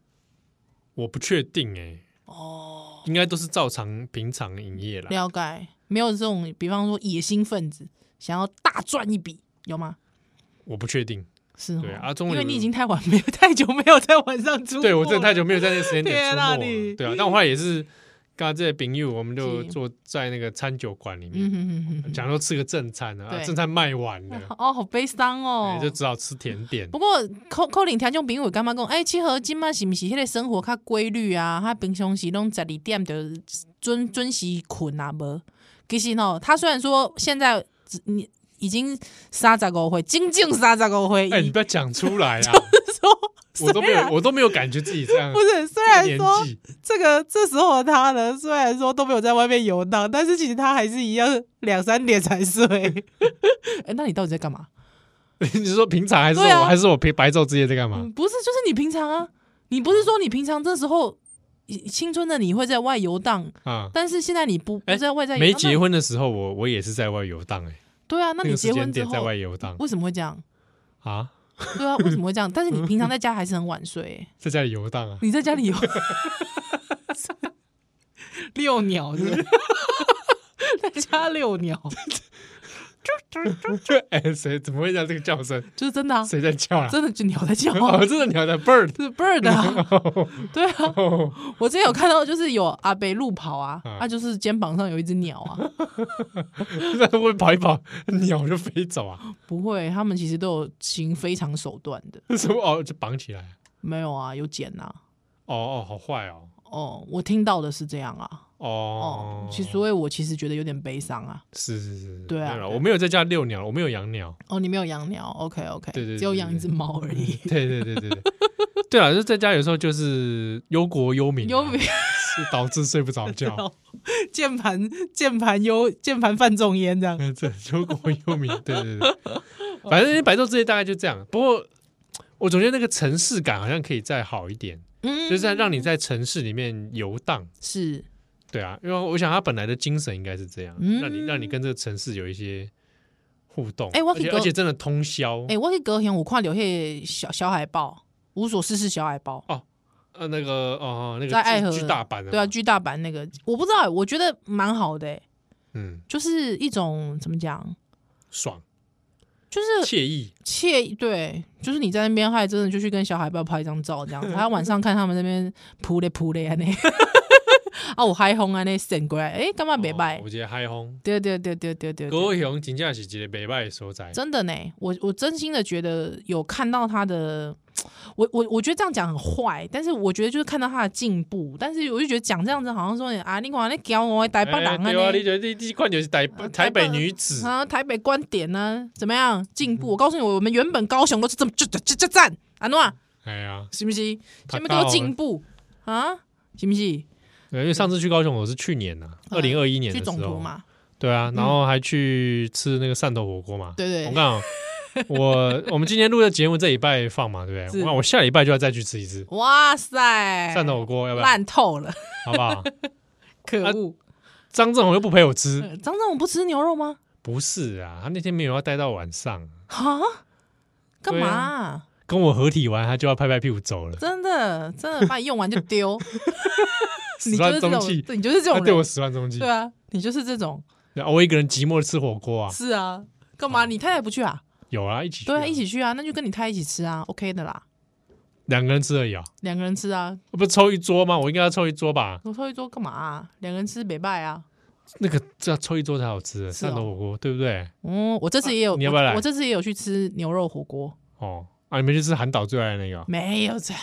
B: 我不确定哎，
C: 哦，
B: 应该都是照常平常营业啦。
C: 了解，没有这种，比方说野心分子想要大赚一笔，有吗？
B: 我不确定，
C: 是哦
B: 对啊中午
C: 因为
B: 有
C: 你已经太晚没有太久没有在晚上出没了，
B: 对我真的太久没有在那个时间点出
C: 天
B: 没
C: 啊
B: 了。
C: 你
B: 对啊，但我后来也是刚刚这些朋友，我们就是坐在那个餐酒馆里
C: 嗯
B: 面，
C: 哼哼哼哼，
B: 讲说吃个正餐啊，啊
C: 对
B: 正餐卖完了。
C: 哦，好悲伤哦
B: 哎，就只好吃甜点
C: 不。过，扣扣林听众朋友感觉讲，哎、七合金嘛是毋是迄个生活较规律啊？他平常时拢十二点就准准时困啊无？其实吼，他虽然说现在只你已经三十五岁，仅仅三十五岁，
B: 哎，你
C: 伊
B: 不要讲出来啊！
C: 说
B: 我都没
C: 虽
B: 有，
C: 然
B: 我都没有感觉自己这样
C: 啊不是，虽
B: 这个
C: 然
B: 年
C: 说
B: 纪。 *laughs*
C: 这个这时候的他呢，虽然说都没有在外面游荡，但是其实他还是一样两三点才睡。哎、那你到底在干嘛？
B: 你是说平常还是说
C: 对啊
B: 我还是我陪白昼之夜在干嘛？
C: 嗯，不是，就是你平常啊，你不是说你平常这时候以青春的你会在外游荡，
B: 啊，
C: 但是现在你不
B: 哎
C: 不在外在游荡
B: 没结，婚的时候，我我也是在外游荡哎、
C: 那对啊，那
B: 那
C: 你
B: 个时
C: 结
B: 间
C: 婚之
B: 点在
C: 后
B: 外游荡
C: 为什么会这样？
B: 啊，
C: 对
B: *laughs*
C: 啊，为什么会这样？但是你平常在家还是很晚睡欸、
B: 在家里游荡啊， *laughs*
C: 你在家里有遛鸟是不 *laughs* 是？在家遛鸟，
B: 哎、谁怎么会叫这个叫声？
C: *laughs* 就是真的啊，
B: 谁在叫啊？
C: 真的就鸟在叫
B: *laughs*
C: 啊、
B: 哦，真的鸟的 bird，
C: 是
B: *laughs*
C: bird 啊，对啊，
B: 哦， *laughs*
C: 我之前有看到，就是有阿北路跑啊，
B: 嗯
C: 啊，就是肩膀上有一只鸟啊，
B: 那会不会跑一跑，鸟就飞走啊？
C: 不会，他们其实都有行非常手段的，
B: 什么哦，就绑起来？
C: 没有啊，有剪呐、啊，
B: 哦哦，好坏哦，
C: 哦，我听到的是这样啊，
B: 哦
C: 哦，，其实所以我其实觉得有点悲伤啊，
B: 是是是，
C: 对啊
B: 没有啦
C: 对
B: 我没有在家遛鸟，我没有养鸟， *laughs*
C: 哦，你没有养鸟，OK OK，
B: 对对对
C: 只有养一只猫而已， *laughs*
B: 对对对对对，对啊，就在家有时候就是忧国忧民啊、
C: 优美
B: 是导致睡不着
C: *laughs*
B: 觉。
C: 哦键盘键盘优键盘范仲淹这样， *laughs*
B: 嗯，这忧国忧民，对对对，反正白昼之夜大概就这样。不过我总觉得那个城市感好像可以再好一点，
C: 嗯
B: 就是在让你在城市里面游荡。
C: 是
B: 对啊，因为我想他本来的精神应该是这样，
C: 嗯
B: 让你让你跟这个城市有一些互动。
C: 哎我
B: 而且
C: 可
B: 而
C: 以
B: 且真的通宵。
C: 哎，我去隔天我看到迄小小海豹，无所事事小海豹。
B: 呃，那个哦，哦那个
C: 在爱河
B: 巨巨大版的，
C: 对啊，，巨大版那个我不知道，我觉得蛮好的、欸，
B: 嗯，
C: 就是一种怎么讲，
B: 爽
C: 就是
B: 惬意，
C: 惬意，对，就是你在那边还真的就去跟小海豹拍一张照这样子，还有晚上看他们那边扑嘞扑嘞啊那， *laughs* 啊我嗨红啊那闪过来，哎、干嘛别拜
B: 哦我？觉得嗨轰。
C: 对对对对对对对，
B: 高雄真正是一个北歹的所在，
C: 真的呢，我我真心的觉得有看到他的，我我我觉得这样讲很坏，但是我觉得就是看到他的进步，但是我就觉得讲这样子好像说你啊，你看那教我台北人啊
B: 哎对啊，你觉得你你看就是台台北女子，
C: 啊，台北观点呢、怎么样进
B: 嗯
C: 步？我告诉你，我们原本高雄都是这么就就就就赞啊诺，
B: 哎呀，
C: 是不是？
B: 他
C: 前面都进步啊，是不是？
B: 对因为上次去高雄我是去年呐，二零二一年
C: 嗯去
B: 的
C: 总
B: 时
C: 图
B: 候，
C: 嘛，嗯
B: 对啊，然后还去吃那个汕头火锅嘛，
C: 对对
B: 我刚
C: *laughs*
B: 好。我我们今天录的节目这礼拜放嘛，对不
C: 是
B: 对？我看我下礼拜就要再去吃一次
C: 哇塞，
B: 汕头火锅，要不要？
C: 烂透了，
B: 好不好？
C: 可恶！
B: 张正宏又不陪我吃，
C: 呃张振武不吃牛肉吗？
B: 不是啊，他那天没有要待到晚上，
C: 啊？干
B: 对
C: 嘛
B: 啊
C: 啊？
B: 跟我合体完，他就要拍拍屁股走了，
C: 真的，真的把你用完就
B: *laughs*
C: 丢， *laughs* 你就是
B: 十万
C: 这
B: 中
C: 种，
B: 气
C: 对你就是这
B: 他
C: 种
B: 对我
C: 人，
B: 十万中计
C: 对。啊，你就是这种，
B: 然后我一个人寂寞地吃火锅啊，
C: 是啊，干嘛？你太太不去啊？
B: 有啊，一起去
C: 对啊，一起去啊，那就跟你太太一起吃啊，OK 的啦，
B: 两个人吃而已啊，
C: 两个人吃啊，
B: 不是抽一桌吗？我应该要抽一桌吧？
C: 我说一桌干嘛、啊？两个人吃北拜啊。
B: 那个这要抽一桌才好吃，
C: 是哦
B: 汕头火锅对不对？
C: 嗯，我这次也有，
B: 啊你要不要来
C: 我？我这次也有去吃牛肉火锅，
B: 哦啊，你们去吃韩岛最爱的那个啊
C: 没有这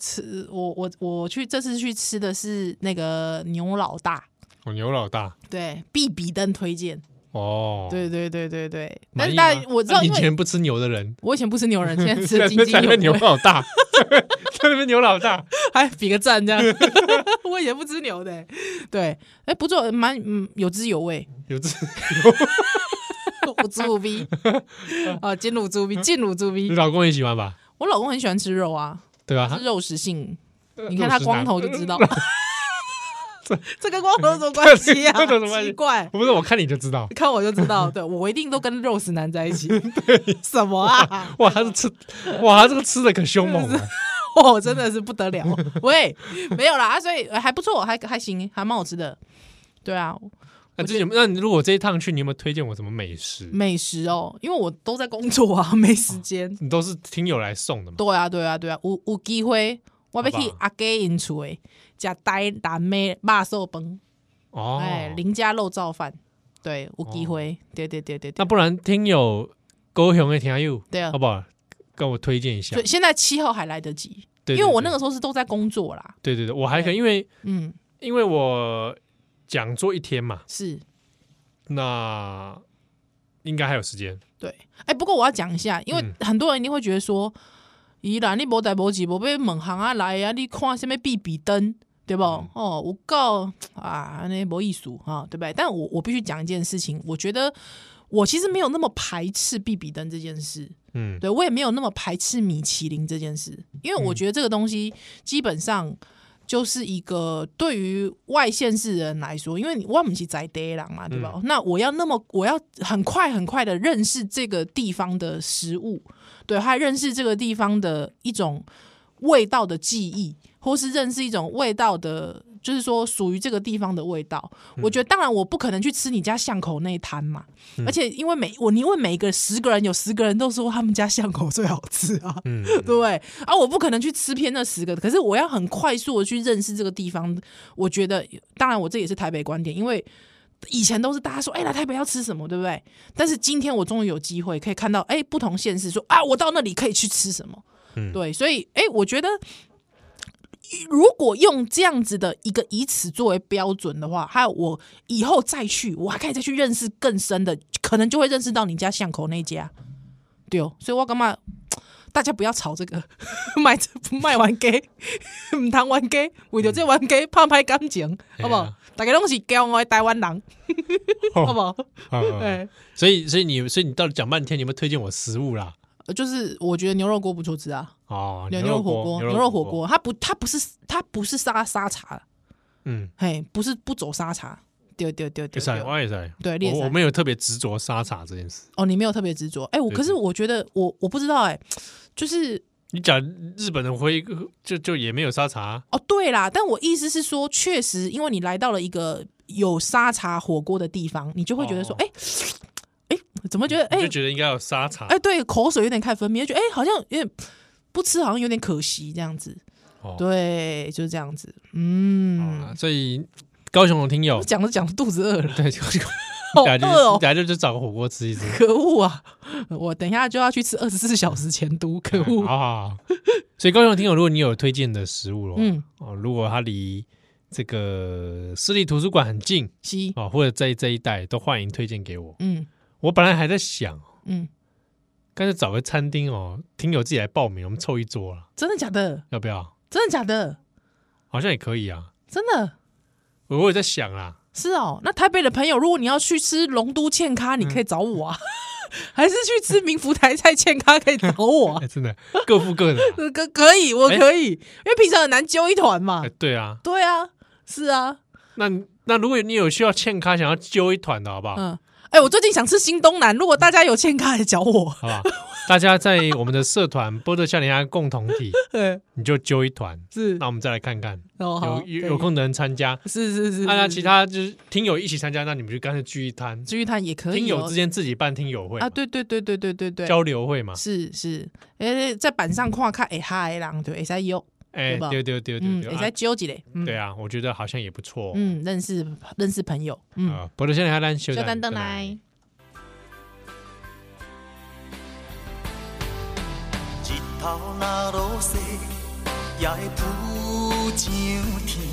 C: 吃。我我我去这次去吃的是那个牛老大，
B: 哦，牛老大
C: 对，必比登推荐。
B: 哦，
C: 对对对对对，
B: 满
C: 但是
B: 意吗，
C: 但我知道，
B: 啊你
C: 因
B: 以
C: 为
B: 前不吃牛的人，
C: 我以前不吃牛人，现在 *laughs* 吃
B: *laughs* 现在
C: 津津
B: 在那边
C: 有
B: 牛
C: *laughs* 味，
B: 老大， *laughs* 在那边牛老大，
C: 还哎比个赞这样。 *laughs* 我以前不吃牛的、对，哎，不错，蛮嗯有滋有味。
B: 有这
C: *laughs* 我猪
B: *laughs*
C: 乳逼啊，金乳猪逼，金乳猪
B: 你
C: 逼。
B: 老公也喜欢吧？
C: 我老公很喜欢吃肉啊，
B: 对吧？
C: 是肉食性。
B: 他
C: 你看他光头就知
B: *laughs*
C: 道，这跟光头有什么关
B: 关
C: 系
B: 系
C: 啊
B: 啊这个有什么？关系
C: 奇
B: 奇
C: 怪，
B: 不是我看你就知道，
C: 看我就知道，对我一定都跟肉食男在
B: *laughs*
C: 一起。什么啊？ *laughs*
B: 哇，他是吃，哇，他这个吃的可凶猛啊了，
C: 哦，真的是不得了。喂，没有啦，啊所以呃还不错，还还行，还蛮好吃的。对啊，
B: *laughs* 那这有那你如果这一趟去，你有没有推荐我什么美食？
C: 美食哦，因为我都在工作啊，没时间。
B: 你都是听友来送的嘛？
C: 对啊，对啊，对啊，有有机会，我要去
B: 好吧
C: 阿给因厝诶，食台南妹肉寿饭，
B: 哦，
C: 哎，林家肉燥饭，对，有机会，对对对对对
B: 那。不然听友高雄的听友，
C: 对啊
B: 好不好？跟我推荐一下
C: 所以，现在七号还来得及，
B: 对，对
C: 因为我那个
B: 对
C: 时候是都在工作啦。
B: 对对对，我还可以，因为
C: 嗯，
B: 因为我讲座一天嘛，
C: 是
B: 那应该还有时间。
C: 对。哎、不过我要讲一下，因为很多人一定会觉得说，宜兰你无代无志，无被门行啊来啊，你看什么比比灯，对不？哦，我告啊，那无意思哈，对不对？但我我必须讲一件事情，我觉得我其实没有那么排斥比比灯这件事。
B: 嗯，
C: 对我也没有那么排斥米其林这件事，因为我觉得这个东西基本上就是一个对于外县市人来说，因为你我们是在地人嘛，对吧？那我要那么我要很快很快的认识这个地方的食物，对，还认识这个地方的一种味道的记忆，或是认识一种味道的，就是说属于这个地方的味道。我觉得，当然我不可能去吃你家巷口那一摊嘛，
B: 嗯
C: 而且因为每我因为每个十个人有十个人都说他们家巷口最好吃啊，
B: 嗯
C: 对不对？啊，我不可能去吃偏那十个，可是我要很快速的去认识这个地方。我觉得，当然我这也是台北观点，因为。以前都是大家说，哎、来台北要吃什么，对不对？但是今天我终于有机会可以看到，哎、不同县市说啊，我到那里可以去吃什么，
B: 嗯
C: 对，所以，哎、我觉得如果用这样子的一个以此作为标准的话，还有我以后再去，我还可以再去认识更深的，可能就会认识到你家巷口那家。对哦，所以我干嘛？大家不要吵这个， *laughs* 卖这卖完家，唔通冤家，为着这冤家怕歹感情，好
B: 嘿
C: 不好
B: 啊？
C: 大家拢是骄傲的台湾人，好不
B: 好，好
C: 好？
B: 好
C: 哎，
B: 哦所以所以你所以你到底讲半天，你有没有推荐我食物啦？
C: 呃就是我觉得牛肉锅不错吃啊，
B: 哦，
C: 牛
B: 肉
C: 火锅、牛
B: 肉
C: 肉火，锅，它不它不是它不是沙沙茶，
B: 嗯，
C: 嘿，不是不走沙茶，对对对
B: 也
C: 对
B: 是，
C: 对。
B: 我也是，
C: 对你也
B: 我
C: 是
B: 我没有特别执着沙茶这件事。
C: 哦，你没有特别执着，哎、我
B: 对
C: 可是
B: 对
C: 我觉得我我不知道、哎，就是
B: 你讲日本的回就就也没有沙茶，
C: 哦，对啦，但我意思是说，确实，因为你来到了一个有沙茶火锅的地方，你就会觉得说
B: 哦，
C: 哎、哎、怎么觉得，
B: 你
C: 哎、
B: 就觉得应该有沙茶
C: 哎、。对，口水有点太分泌，就觉得哎、好像有点不吃，好像有点可惜这样子。
B: 哦
C: 对，就是这样子。嗯，
B: 啊所以高雄的听友
C: 我，讲着讲着肚子饿了，
B: 对，高雄
C: *laughs* 好
B: 等下就
C: 饿哦
B: 等下就去找个火锅吃一吃。
C: 可恶啊！我等一下就要去吃二十四小时前都，可
B: *laughs*
C: 恶。
B: 好好好。所以高雄的听友，如果你有推荐的食物的话，
C: 嗯
B: 哦，如果它离这个私立图书馆很近
C: 西，
B: 哦，或者在这一带，都欢迎推荐给我。
C: 嗯
B: 我本来还在想，
C: 嗯，
B: 干脆找个餐厅哦，听友自己来报名，我们凑一桌了，
C: 真的假的？
B: 要不要？
C: 真的假的？
B: 好像也可以啊。
C: 真的。
B: 我我也在想
C: *laughs*
B: 啦，
C: 是哦，那台北的朋友，如果你要去吃龙都欠咖，
B: 嗯
C: 你可以找我啊， *laughs* 还是去吃民福台菜欠咖可以找我、啊
B: *laughs* 哎、，真的各付各的啊、
C: 可可可以，我可以，因为平常很难揪一团嘛 *laughs*
B: 哎。对啊，
C: 对啊，是啊，
B: 那那如果你有需要欠咖，想要揪一团的好不好？
C: 嗯，哎、我最近想吃新东南，如果大家有欠咖来找我， *laughs*
B: 好不好？ *laughs* 大家在我们的社团波特夏莲家共同体，
C: 对，
B: 你就揪一团，
C: 是
B: 那我们再来看看，
C: 哦，好嗯
B: 有有
C: 可以
B: 有空的人参加。
C: *laughs*
B: 啊
C: 是是是，
B: 那那
C: 是
B: 其他就是听友一起参加，那你们就干脆聚一摊，
C: 聚一摊也可以、哦，
B: 听友之间自己办听友会嘛
C: 啊，对对对对对对对，
B: 交流会嘛。
C: 是是，哎、在板上看看哎嗨人对，会使邀，
B: 哎
C: 对，吧
B: 对对对对
C: 嗯，
B: 对
C: 会使
B: 啊，
C: 揪一个，嗯，
B: 对啊，我觉得好像也不错。
C: 嗯，认识认识朋友，嗯。
B: 啊，波特夏莲家咱休
C: 小
B: 等
C: 等
B: 等
C: 等
B: 来
C: 来。
D: 日头若落西，也会浮上天；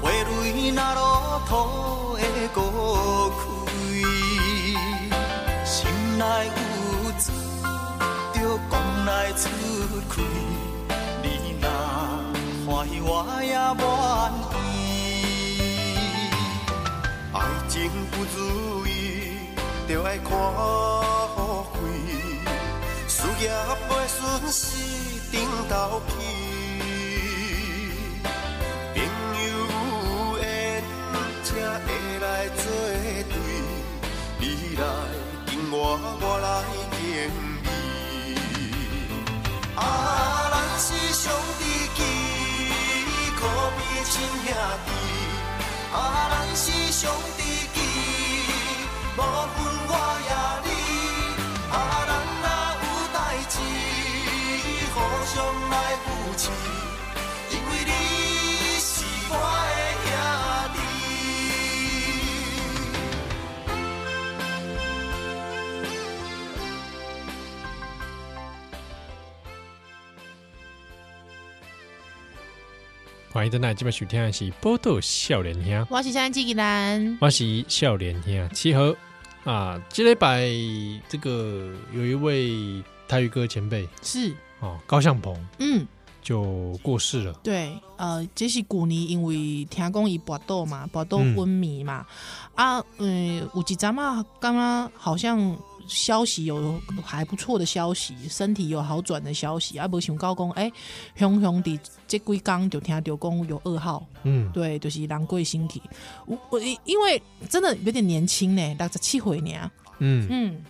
D: 花蕊若落土，会孤开。心内有滋，就讲来出开。你若欢喜，我也愿意。爱情不如意，就要看开。事业袂顺势，顶头起。朋友有缘，才会来作对。你来敬我，我来敬你。啊，咱是兄弟义，可比亲兄弟。啊，咱是兄弟义，无分我也你。啊，咱若有代志，互相来扶持，因为你是我的兄弟。
B: 欢迎登来，今晚收听的是波特笑脸兄，
C: 我是山鸡吉兰，
B: 我是笑脸兄七和啊，这礼拜这个有一位台语歌前辈
C: 是，
B: 哦，高向鹏
C: 嗯，
B: 就过世了。
C: 对，呃，这是旧年因为听讲伊跋倒嘛，跋倒
B: 嗯
C: 昏迷嘛，啊，嗯、有一阵嘛，刚刚好像消息有还不错的消息，身体有好转的消息，啊，无想到讲，哎、熊熊伫这几工就听到讲有噩耗，
B: 嗯，
C: 对，就是人过身体，我我因为真的有点年轻呢，六十七岁呢。
B: 嗯，
C: 嗯，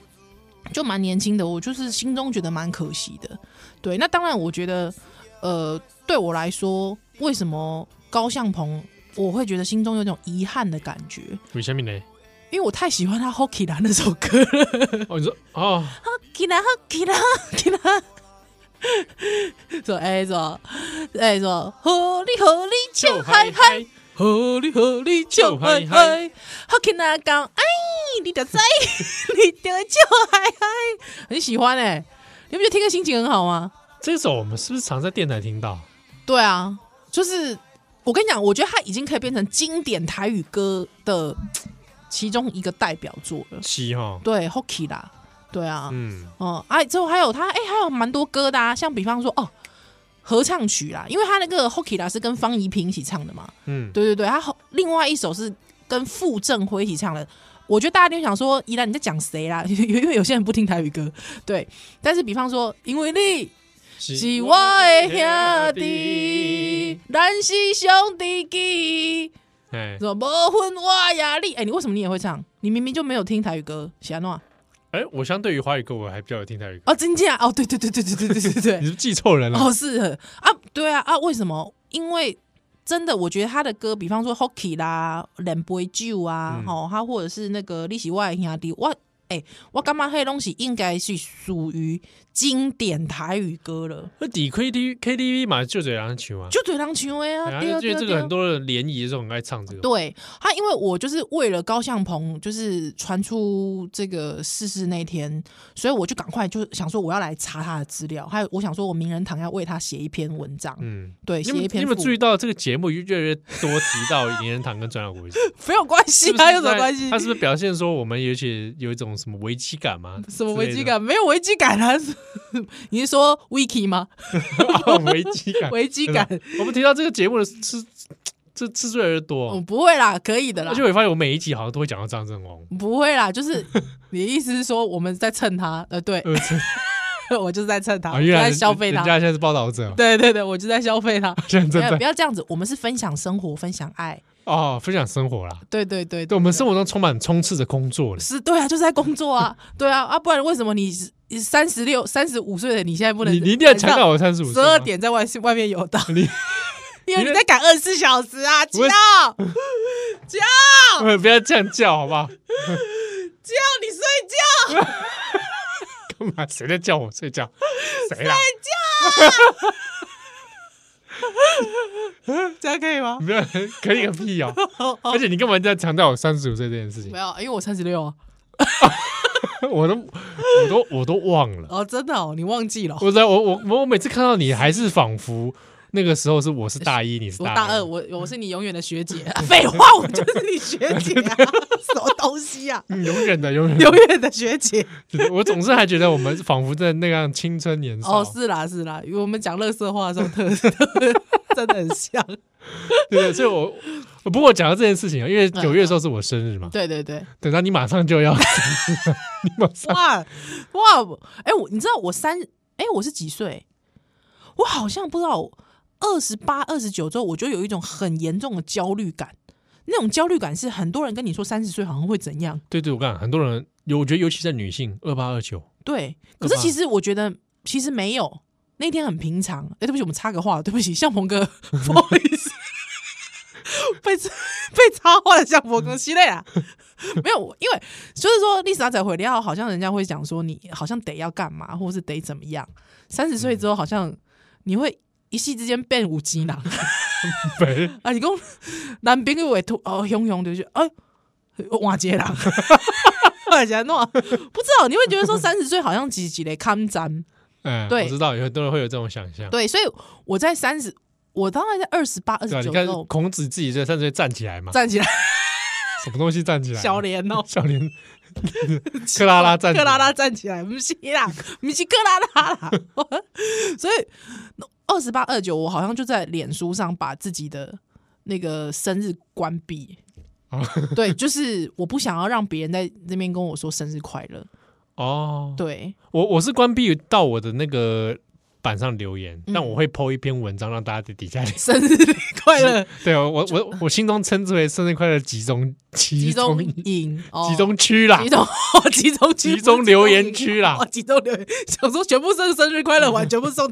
C: 就蛮年轻的，我就是心中觉得蛮可惜的。对，那当然，我觉得，呃，对我来说，为什么高向鹏我会觉得心中有种遗憾的感觉？
B: 为什么呢？
C: 因为我太喜欢他《Hockey 啦》那首歌 *laughs* 了，
B: *laughs* 哦，你说哦，
C: 《Hockey 啦 Hockey 啦 Hockey 啦》， *laughs* 说哎说哎说，合理合理就嗨嗨，，合理合理就嗨嗨，好听啊讲，哎，你的 *laughs* 在，你的就嗨嗨，很喜欢哎、你不觉得听歌心情很好吗？
B: 这首我们是不是常在电台听到？
C: 对啊，就是我跟你讲，我觉得它已经可以变成经典台语歌的其中一个代表作了。
B: 七哈，
C: 对 h o c k e y 啦，对啊，
B: 嗯，
C: 哦、哎、之后还有他，哎、还有蛮多歌的啊，像比方说哦，合唱曲啦，因为他那个 h o c k e y 啦是跟方怡萍一起唱的嘛，
B: 嗯，
C: 对对对，他后另外一首是跟傅正辉一起唱的，我觉得大家一定想说，依然你在讲谁啦？ *laughs* 因为有些人不听台语歌，对。但是比方说，因为你是我的兄弟，咱是兄弟基，
B: 哎
C: 什么分我压力？哎、你为什么你也会唱？你明明就没有听台语歌，喜安诺
B: 哎，我相对于华语歌，我还比较有听台语歌。
C: 哦，真假哦，对对对对对对对对对
B: 你，是不是记错人了？
C: *laughs* 哦，是的啊，对啊啊，为什么？因为真的，我觉得他的歌，比方说 Hockey 啦、冷杯酒
B: 嗯
C: 啊，吼、他或者是那个利息外兄弟，我哎、我干嘛黑东西应该是属于经典台语歌了，
B: 那底 K T K T V 嘛，就这样唱啊。
C: 就嘴狼情威啊，
B: 然
C: 对
B: 后
C: 啊
B: 因
C: 对
B: 为
C: 啊
B: 这
C: 对
B: 个
C: 啊
B: 很多的联谊都很爱唱这个。
C: 对他，因为我就是为了高向鹏，就是传出这个逝世那天，所以我就赶快就想说我要来查他的资料，还有我想说我名人堂要为他写一篇文章，
B: 嗯，
C: 对，
B: 你
C: 写
B: 有没
C: 一
B: 有你
C: 篇
B: 有
C: 附。
B: 没有注意到这个节目越来越多提到名人堂跟转角国
C: *laughs*
B: 际？
C: 没有关系
B: 是不是
C: 啊，有什么
B: 在
C: 关系
B: 他？是不是表现说我们也许有一种什么危机感吗？
C: *laughs* 什么危机？感？没有危机感啊！ *laughs* 是你是说 Wiki
B: *laughs*
C: 吗？
B: 哦 *laughs* 危机感，
C: *laughs* 危机感
B: 对啊吧。我们提到这个节目的次这次数越来越
C: 我
B: 多，
C: 哦不会啦，可以的啦
B: 而且，我也发现我每一集好像都会讲到张正
C: *laughs*
B: 宏。
C: 不会啦。就是你的意思是说我们在蹭他？呃，对，
B: 呃
C: *laughs* 我就是在蹭他，
B: 啊，
C: 我就
B: 原来
C: 在
B: 人
C: 消费
B: 人
C: 他。
B: 家现在是报道者， *laughs*
C: 对对对，我就在消费他。
B: 现
C: 不
B: 在
C: 要
B: 正
C: 不
B: 在
C: 要这样子，我们是分享生活，分享爱。
B: 哦分享生活啦。
C: 对对对
B: 对，我们生活中充满充斥着工作了。
C: 是对啊，就是在工作
B: *laughs*
C: 啊，对啊啊，不然为什么你三十六、三十五岁的你现在不能？
B: 你你一定要强调我三十五岁
C: 十
B: 吗
C: 二，点在外外面游荡。
B: 你
C: 因为你在赶二十四小时啊，吉
B: 我
C: 奥，
B: *laughs* 不要这样叫好不 *laughs* 好？
C: 吉奥，你睡觉，
B: 干嘛？谁在叫我睡觉？谁啊啦？
C: *laughs* 这样可以吗？
B: 没有，可以个屁
C: *laughs*
B: 哦！而且你干嘛在强调我三十五岁这件事情
C: 没？有，因为我三十六啊。
B: *laughs* 我都我都我都忘了。
C: *laughs* 哦，真的哦，你忘记了？
B: 我在我我我我每次看到你，还是仿佛那个时候是我是大一，你是
C: 我
B: 大
C: 大二，我我是你永远的学姐。啊 *laughs* 废话，我就是你学姐啊， *laughs* 什么东西 *laughs* 啊？
B: 嗯永远的永远的
C: 永远的学姐。 *laughs*
B: 我总是还觉得我们仿佛在那样青春年少。
C: 哦，是啦是啦，因为我们讲乐色话的时候特，真的很像。
B: 对，所以我不过我讲到这件事情啊，因
C: 嗯
B: 为九月的时候是我生日嘛，
C: *laughs* 对对对，
B: 等到你马上就要， *laughs* 你马上
C: *laughs* 哇哇，哎，我你知道我三哎我是几岁？我好像不知道，二十八、二十九之后，我就有一种很严重的焦虑感。那种焦虑感是很多人跟你说三十岁好像会怎样，
B: 对对，我跟你讲，很多人有，我觉得尤其在女性二八二
C: *laughs*
B: 九，
C: 对，可
B: 干
C: 是
B: 嘛
C: 其实我觉得其实没有，那天很平常。哎、对不起，我们插个话，对不起，向鹏哥，不好意思，被被插话的向鹏哥系列啊，没有，我因为就是说历史阿仔回料，好像人家会讲说你好像得要干嘛，或是得怎么样。三十岁之后，好像你会一夕之间变五级囊
B: 对，
C: 啊！你讲 *laughs* 男朋友会突哦，汹汹就是哎，换一个人。 *laughs* 换一个人弄，不知道你会觉得 *laughs* 说三十岁好像几几嘞康展，
B: 嗯，
C: 对
B: 我知道有很多人会有这种想象。
C: 对，所以我在三十，我当然在二十八、
B: *laughs*
C: 二
B: 对啊，啊
C: 十
B: 你
C: 九
B: 看
C: 时候
B: 孔子自己在三十岁站起来嘛，
C: 站起来，
B: 什么东西站起来？
C: 小莲哦，
B: 小
C: *laughs*
B: 莲，克拉拉站起来，
C: 克拉拉站起来，不是
B: *laughs*
C: 啦，不是克拉拉啦。 *laughs* 所以二十八、二九，我好像就在脸书上把自己的那个生日关闭
B: 啊。
C: 对，就是我不想要让别人在那边跟我说生日快乐。
B: 哦，
C: 对，
B: 我我是关闭到我的那个板上留言，
C: 嗯
B: 但我会 PO 一篇文章让大家在底
C: *laughs*
B: 下留言。
C: 生日快乐，
B: 对哦我我我我心中称之为生日快乐集中 *laughs* 集
C: 集中
B: 中
C: 营，哦
B: 集中区啦
C: 集。中 *laughs* 哦集中区
B: 集中留言区啦
C: 哦， *laughs* 集中留言，想说全部送生日
B: *laughs*
C: 快乐完，全部送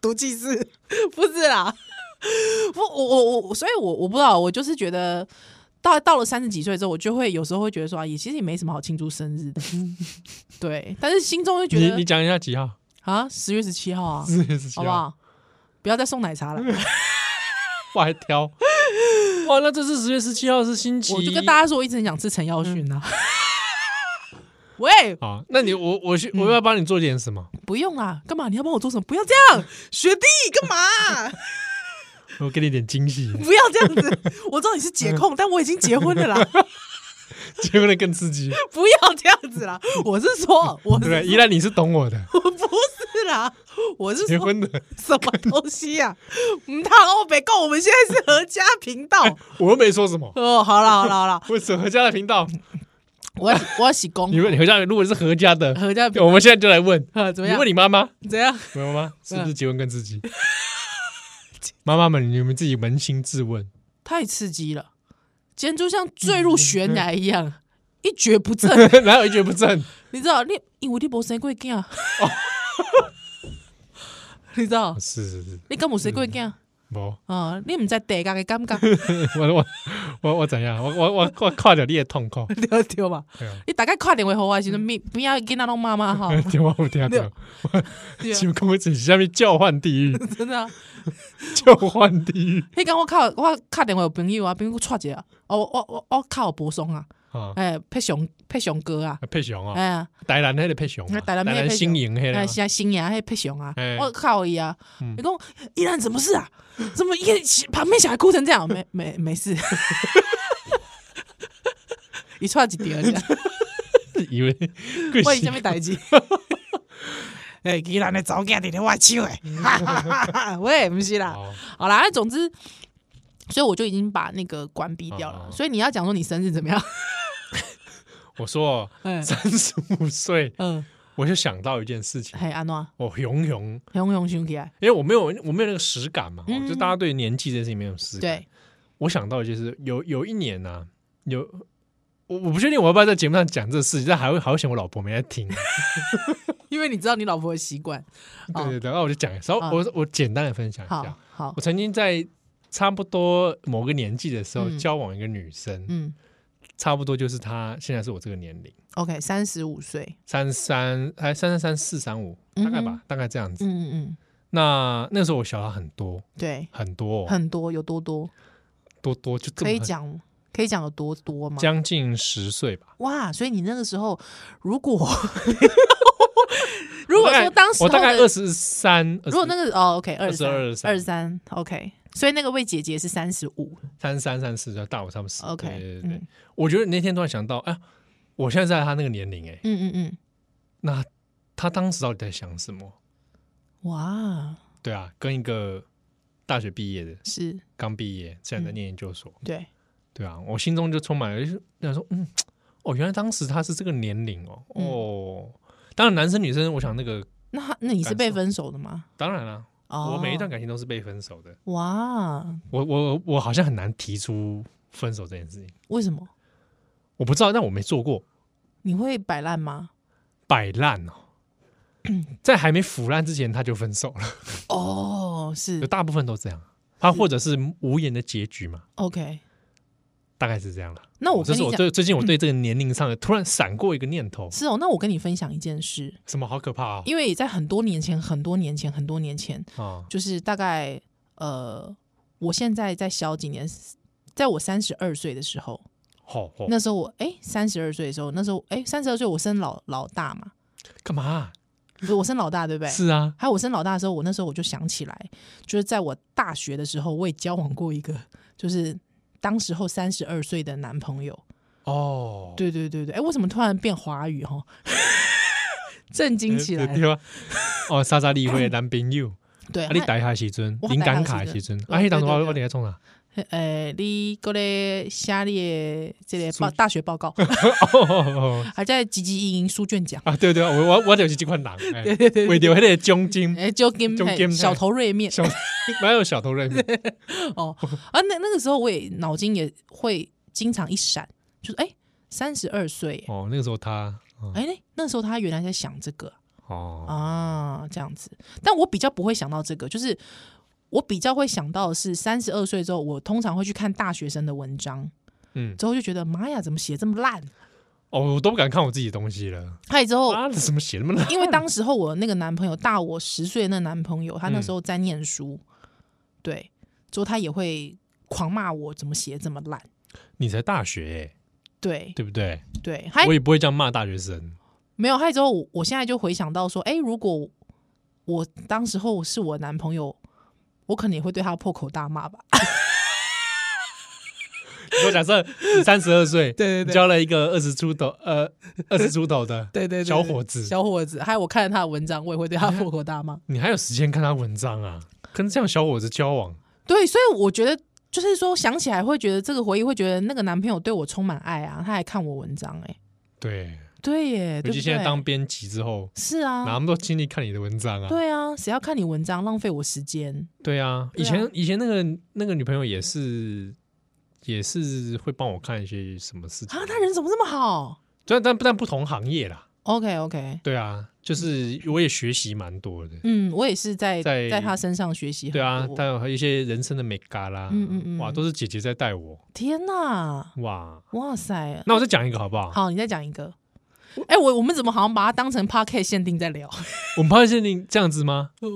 C: 毒气室， *laughs* 不是啦， *laughs* 不，我我我，所以我我不知道，我就是觉得。到到了三十几岁之后，我就会有时候会觉得说啊，也其实也没什么好庆祝
B: *laughs*
C: 生日的，对。但是心中就觉
B: 你
C: 得
B: 你讲一下几号？
C: 啊，十月十七号啊，
B: 四月十七
C: 好不
B: 号，
C: 好？不要再送奶茶了，
B: 我还
C: *laughs*
B: 挑。哇，那这次十月十七号是星期，
C: 我就跟大家说，我一直很想吃陈
B: *laughs*
C: 耀迅啊。喂，
B: 好，那你我我去
C: 嗯
B: 我要帮你做点什么？
C: 不用啦，干嘛？你要帮我做什么？不要这
B: *laughs*
C: 样，学弟，干嘛？ *laughs*
B: 我给你点惊喜，
C: 不要这样子，我知道你是解
B: *laughs*
C: 控，但我已经结婚了啦， *laughs*
B: 结婚了更刺激，
C: 不要这样子啦。我是说，我
B: 对不对？
C: 是
B: 依然你是懂我的，
C: 我不是啦，我是
B: 结
C: 说
B: 婚的，
C: 什么东西呀、啊？ *laughs* 唔烫欧北共，我们现在是合家频道。
B: *laughs* 我又没说什么。
C: 哦，好啦好啦好啦，
B: 我整合家的频道，
C: 我是我是公
B: 你们你回家如果是何家的，
C: 合家
B: 我们现在就来问，
C: 呃 *laughs* 怎么
B: 你
C: 样
B: 问？你妈妈，
C: 怎样？
B: 你问妈妈是不是结婚更
C: *laughs*
B: 刺激？妈妈们，你们自己扪心自问， *laughs*
C: 太刺激了，简直就像坠入悬崖一
B: 嗯
C: 样，一蹶不振。
B: 哪有一蹶不振？
C: 你知道，你因为你无生过囝，你知道，
B: 哦是是是，
C: 你敢无生过囝
B: 无，
C: 啊？你毋知地家嘅感觉，
B: *laughs* 我我我我怎样？我我我我看着你的痛苦，
C: *laughs* 对对吧？
B: 对啊，
C: 你大概快点回好啊，时阵边边要囡仔拢骂 *laughs* 骂吼，
B: *laughs* 听我有听到，
C: 对啊
B: 请公子下面叫唤地狱， *laughs*
C: 真的啊。
B: 叫唤地狱 *laughs*
C: 迄天我靠，我敲电话有朋友啊，朋友踹者啊，哦，我我我我靠有柏松啊，
B: 啊！
C: 诶，佩雄佩雄哥啊，
B: 佩雄啊，
C: 哎呀，
B: 台南那个佩雄啊，
C: 台南那
B: 台
C: 个佩雄
B: 新营那
C: 哎，
B: 个
C: 现在新牙迄佩雄啊
B: 哎，
C: 我靠伊啊，
B: 嗯
C: 你讲依然什么事啊？怎么一个小旁边小孩哭成这样？没没没事， *laughs* 伊踹一条
B: *laughs*
C: 这样。
B: 啊，以为贵
C: 我是
B: 姓
C: 什么代
B: *laughs*
C: 志？哎，伊人的查某囝伫咧我的手 *laughs* 诶，哈哈哈哈嗯喂，不是啦，
B: 哦
C: 好啦，那总之，所以我就已经把那个关闭掉了。
B: 哦
C: 所以你要讲说你生
B: *laughs*
C: 日怎么样？
B: 我说
C: 嗯
B: 三十五岁，
C: 嗯，
B: 我就想到一件事情，
C: 嘿，安诺，
B: 我熊熊，
C: 熊熊想起来，
B: 因为我没有我没有那个实感嘛，
C: 嗯
B: 哦就大家对年纪这件事情没有实感。
C: 对，
B: 我想到就是有有一年呐，有我我不确定我要不要在节目上讲这个事情，但还会好险我老婆没在听。
C: 因为你知道你老婆的习惯，
B: 对
C: 哦
B: 对对，然后我就讲，稍
C: 哦
B: 我我简单的分享一
C: 好
B: 下，
C: 好
B: 我，曾经在差不多某个年纪的时候
C: 嗯
B: 交往一个女生，
C: 嗯
B: 差不多就是她现在是我这个年龄，
C: ，OK，三十五岁，
B: 三三哎三三三四三五大概
C: 嗯
B: 吧，大概这样子。
C: 嗯嗯嗯，
B: 那那时候我小她很多
C: 对，
B: 很多、哦、
C: 很多有多多，
B: 多多就根
C: 可以
B: 本
C: 讲可以讲有多多吗？
B: 将近十岁吧。
C: 哇，所以你那个时候，
B: *laughs*
C: 如果如果说当时
B: 哎我大概
C: 候的
B: 二十三，
C: 如果那个哦，OK，二
B: 22
C: 二三，OK，所以那个位姐姐是三十五
B: 三三三四，就大我差不多十
C: ，OK，
B: 对对对对
C: 嗯
B: 我觉得那天突然想到，哎、我现在在她那个年龄、哎，
C: 嗯嗯嗯，
B: 那她当时到底在想什么？
C: 哇，
B: 对啊，跟一个大学毕业的，
C: 是
B: 刚毕业，现
C: 嗯
B: 在在念研究所，
C: 对，
B: 对啊，我心中就充满了，就是想说，嗯，哦，原来当时她是这个年龄哦，
C: 嗯
B: 哦，当然男生女生，我想那个
C: 那她那你是被
B: 感受
C: 分手的吗？
B: 当然啦、
C: 哦，
B: 我每一段感情都是被分手的，
C: 哇，
B: 我我我好像很难提出分手这件事情，
C: 为什么
B: 我不知道，但我没做过
C: 你会摆烂吗？
B: 摆烂
C: *clears throat*
B: 哦，在还没腐烂之前他就分手了，
C: 哦，
B: 有
C: 是
B: 大部分都这样，他或者是无言的结局嘛，
C: OK，
B: 大概是这样了。哦
C: 那我
B: 这
C: 跟
B: 是
C: 你
B: 我
C: 讲，嗯
B: 对最近我对这个年龄上的突然闪过一个念头，
C: 是哦，那我跟你分享一件事，
B: 什么好可怕啊
C: 因为在很多年前，很多年前，很多年前，
B: 啊！
C: 就是大概呃，我现在在小几年，在我三十二岁的时候，
B: 好，好
C: 那时候我哎三十二岁的时候，那时候哎三十二岁我生老老大嘛，
B: 干嘛啊？
C: 不是我生老大对不对？
B: 是啊，
C: 还有我生老大的时候，我那时候我就想起来，就是在我大学的时候，我也交往过一个，就是当时候三十二岁的男朋友。
B: 哦，
C: 对对对对，哎，为什么突然变华语哈？ *laughs* 震惊
B: 呃，
C: 起来了
B: 对
C: *laughs*
B: 对吧？哦，莎莎丽会男朋友，
C: 对
B: 啊，你
C: 那
B: 打卡时阵，
C: 我
B: 灵感
C: 台下
B: 卡
C: 的
B: 时
C: 时
B: 阵
C: 阵，
B: 啊，迄 *laughs* 当初
C: 对对
B: 我
C: 对
B: 我伫遐创啥？
C: 呃，你过来写你的这个报大学
B: *laughs*
C: 报告，
B: 哦
C: 还在积极营营书卷奖。
B: 啊，对对，我我我就是这款人，哎
C: 对对对
B: 为着迄个奖金，
C: 哎，就给
B: 嗯就金
C: 小头锐面
B: *laughs* 小哪有小头人
C: *laughs*
B: 命？
C: 哦啊，那那个时候我也脑筋也会经常一闪，就是哎，三十二岁耶，
B: 哦，那个时候他，哦
C: 哎、那时候他原来在想这个
B: 哦，
C: 啊，这样子。但我比较不会想到这个，就是我比较会想到的是三十二岁之后，我通常会去看大学生的文章，
B: 嗯，
C: 之后就觉得妈呀，怎么写这么烂？
B: 哦，我都不敢看我自己的东西了，
C: 还有之后，
B: 妈的，怎么写那么烂？
C: 因为当时候我那个男朋友大我十岁，那个男朋友他那
B: 嗯
C: 时候在念书，对，之后他也会狂骂我怎么写这么烂，
B: 你才大学，
C: 对
B: 哎，对不对？
C: 对，还
B: 我也不会这样骂大学生。
C: 没有，害之后我我现在就回想到说，哎，如果我当时候是我男朋友，我可能也会对他破口大骂吧。
B: 如果假设你三十二岁，
C: 对对对
B: 你交了一个二十出头，呃，二十出头的，
C: 对对对，
B: 小伙子
C: 小伙子，还有我看了他的文章，我也会对他破口大骂。
B: 你还有时间看他文章啊？跟这样小伙子交往，
C: 对，所以我觉得就是说，想起来会觉得这个回忆，会觉得那个男朋友对我充满爱啊，他还看我文章、哎，
B: 对，
C: 对耶，
B: 尤
C: 对
B: 其
C: 不
B: 现在
C: 对
B: 当编辑之后，
C: 是
B: 哪
C: 啊
B: 那，么多精力看你的文章啊？
C: 对啊，谁要看你文章，浪费我时间。
B: 对啊，以
C: 对啊
B: 前以前那个那个女朋友也是也是会帮我看一些什么事情
C: 啊，，他人怎么这么好
B: 但但但不同行业啦，
C: ？OK OK，
B: 对啊，就是我也学习蛮多的，
C: 嗯，我也是在
B: 在
C: 在他身上学习很
B: 对啊，
C: 多
B: 还有一些人生的美嘎啦，
C: 嗯嗯嗯
B: 哇，都是姐姐在带我，
C: 天哪，
B: 哇，
C: 哇塞！
B: 那我再讲一个好不好？
C: 好，你再讲一个。哎、我我们怎么好像把它当成 p o c a s t 限定在聊？ *laughs*
B: 我们发现你这样子吗？
C: 哦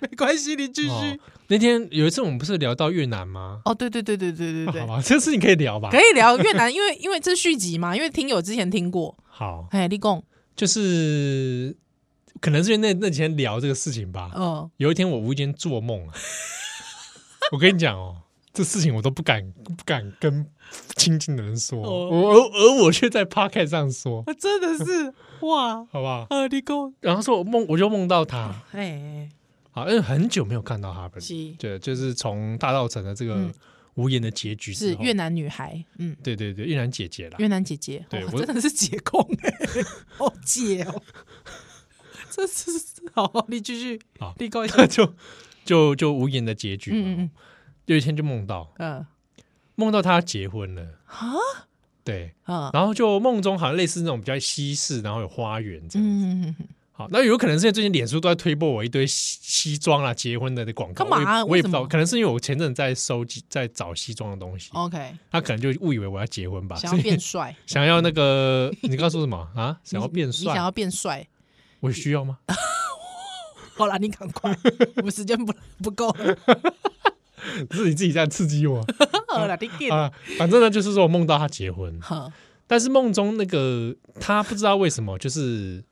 C: 没关系，你继
B: 哦。那天有一次我们不是聊到越南吗？
C: 哦，对对对对对对
B: 好
C: 对，
B: 吧，这事情可以聊吧？
C: 可以聊越南，因为因为这是续集嘛，因为听友之前听过。
B: 好，
C: 哎，立贡，
B: 就是可能是因为那那几天聊这个事情吧。
C: 嗯，
B: 有一天我无意间做
C: *laughs*
B: 梦啊，我跟你讲哦，这事情我都不敢不敢跟亲近的人说，
C: 哦
B: 我而而我却在 p o c a s t 上说，
C: 我啊真的是哇，
B: 好不好？
C: 呃，立贡，
B: 然后说我梦我就梦到他，
C: *laughs* 哎，
B: 好，因为很久没有看到他本
C: 是
B: 人，对，就是从大道城的这个
C: 嗯
B: 无言的结局之
C: 是
B: 后
C: 越，南女孩，嗯，
B: 对对对，越南姐姐啦，
C: 越南姐姐，
B: 对
C: 哇
B: 我
C: 真的是解控哎、 *laughs* 好解哦，这是好，你继续
B: 好， *laughs*
C: 立贡，
B: 就就就无言的结局嘛，
C: 嗯嗯
B: 有一天就梦到
C: 嗯，
B: 梦到他结婚了，
C: 啊
B: 对，
C: 啊，
B: 然后就梦中好像类似那种比较西式，然后有花园这样。
C: 嗯，嗯嗯
B: 好，那有可能是因为最近脸书都在推播我一堆西西装啊、结婚的广告，
C: 干嘛啊
B: 我也我也
C: 为
B: 不
C: 什
B: 知
C: 么
B: 道，可能是因为我前阵子在收集、在找西装的东西，
C: OK，
B: 他可能就误以为我要结婚吧，
C: 想要
B: 所以
C: 变帅，
B: 想要那个，你刚刚说什么啊？想要变
C: *laughs* 你想
B: 帅，
C: 要变帅，
B: 我需要吗？
C: 好啦，你赶 *laughs* 快，我们时间不不够了，
B: 是你自己在刺激我 *laughs*
C: 好啦，你给，
B: 啊！反正呢，就是说我梦到他结婚，
C: 好，
B: 但是梦中那个他不知道为什么就是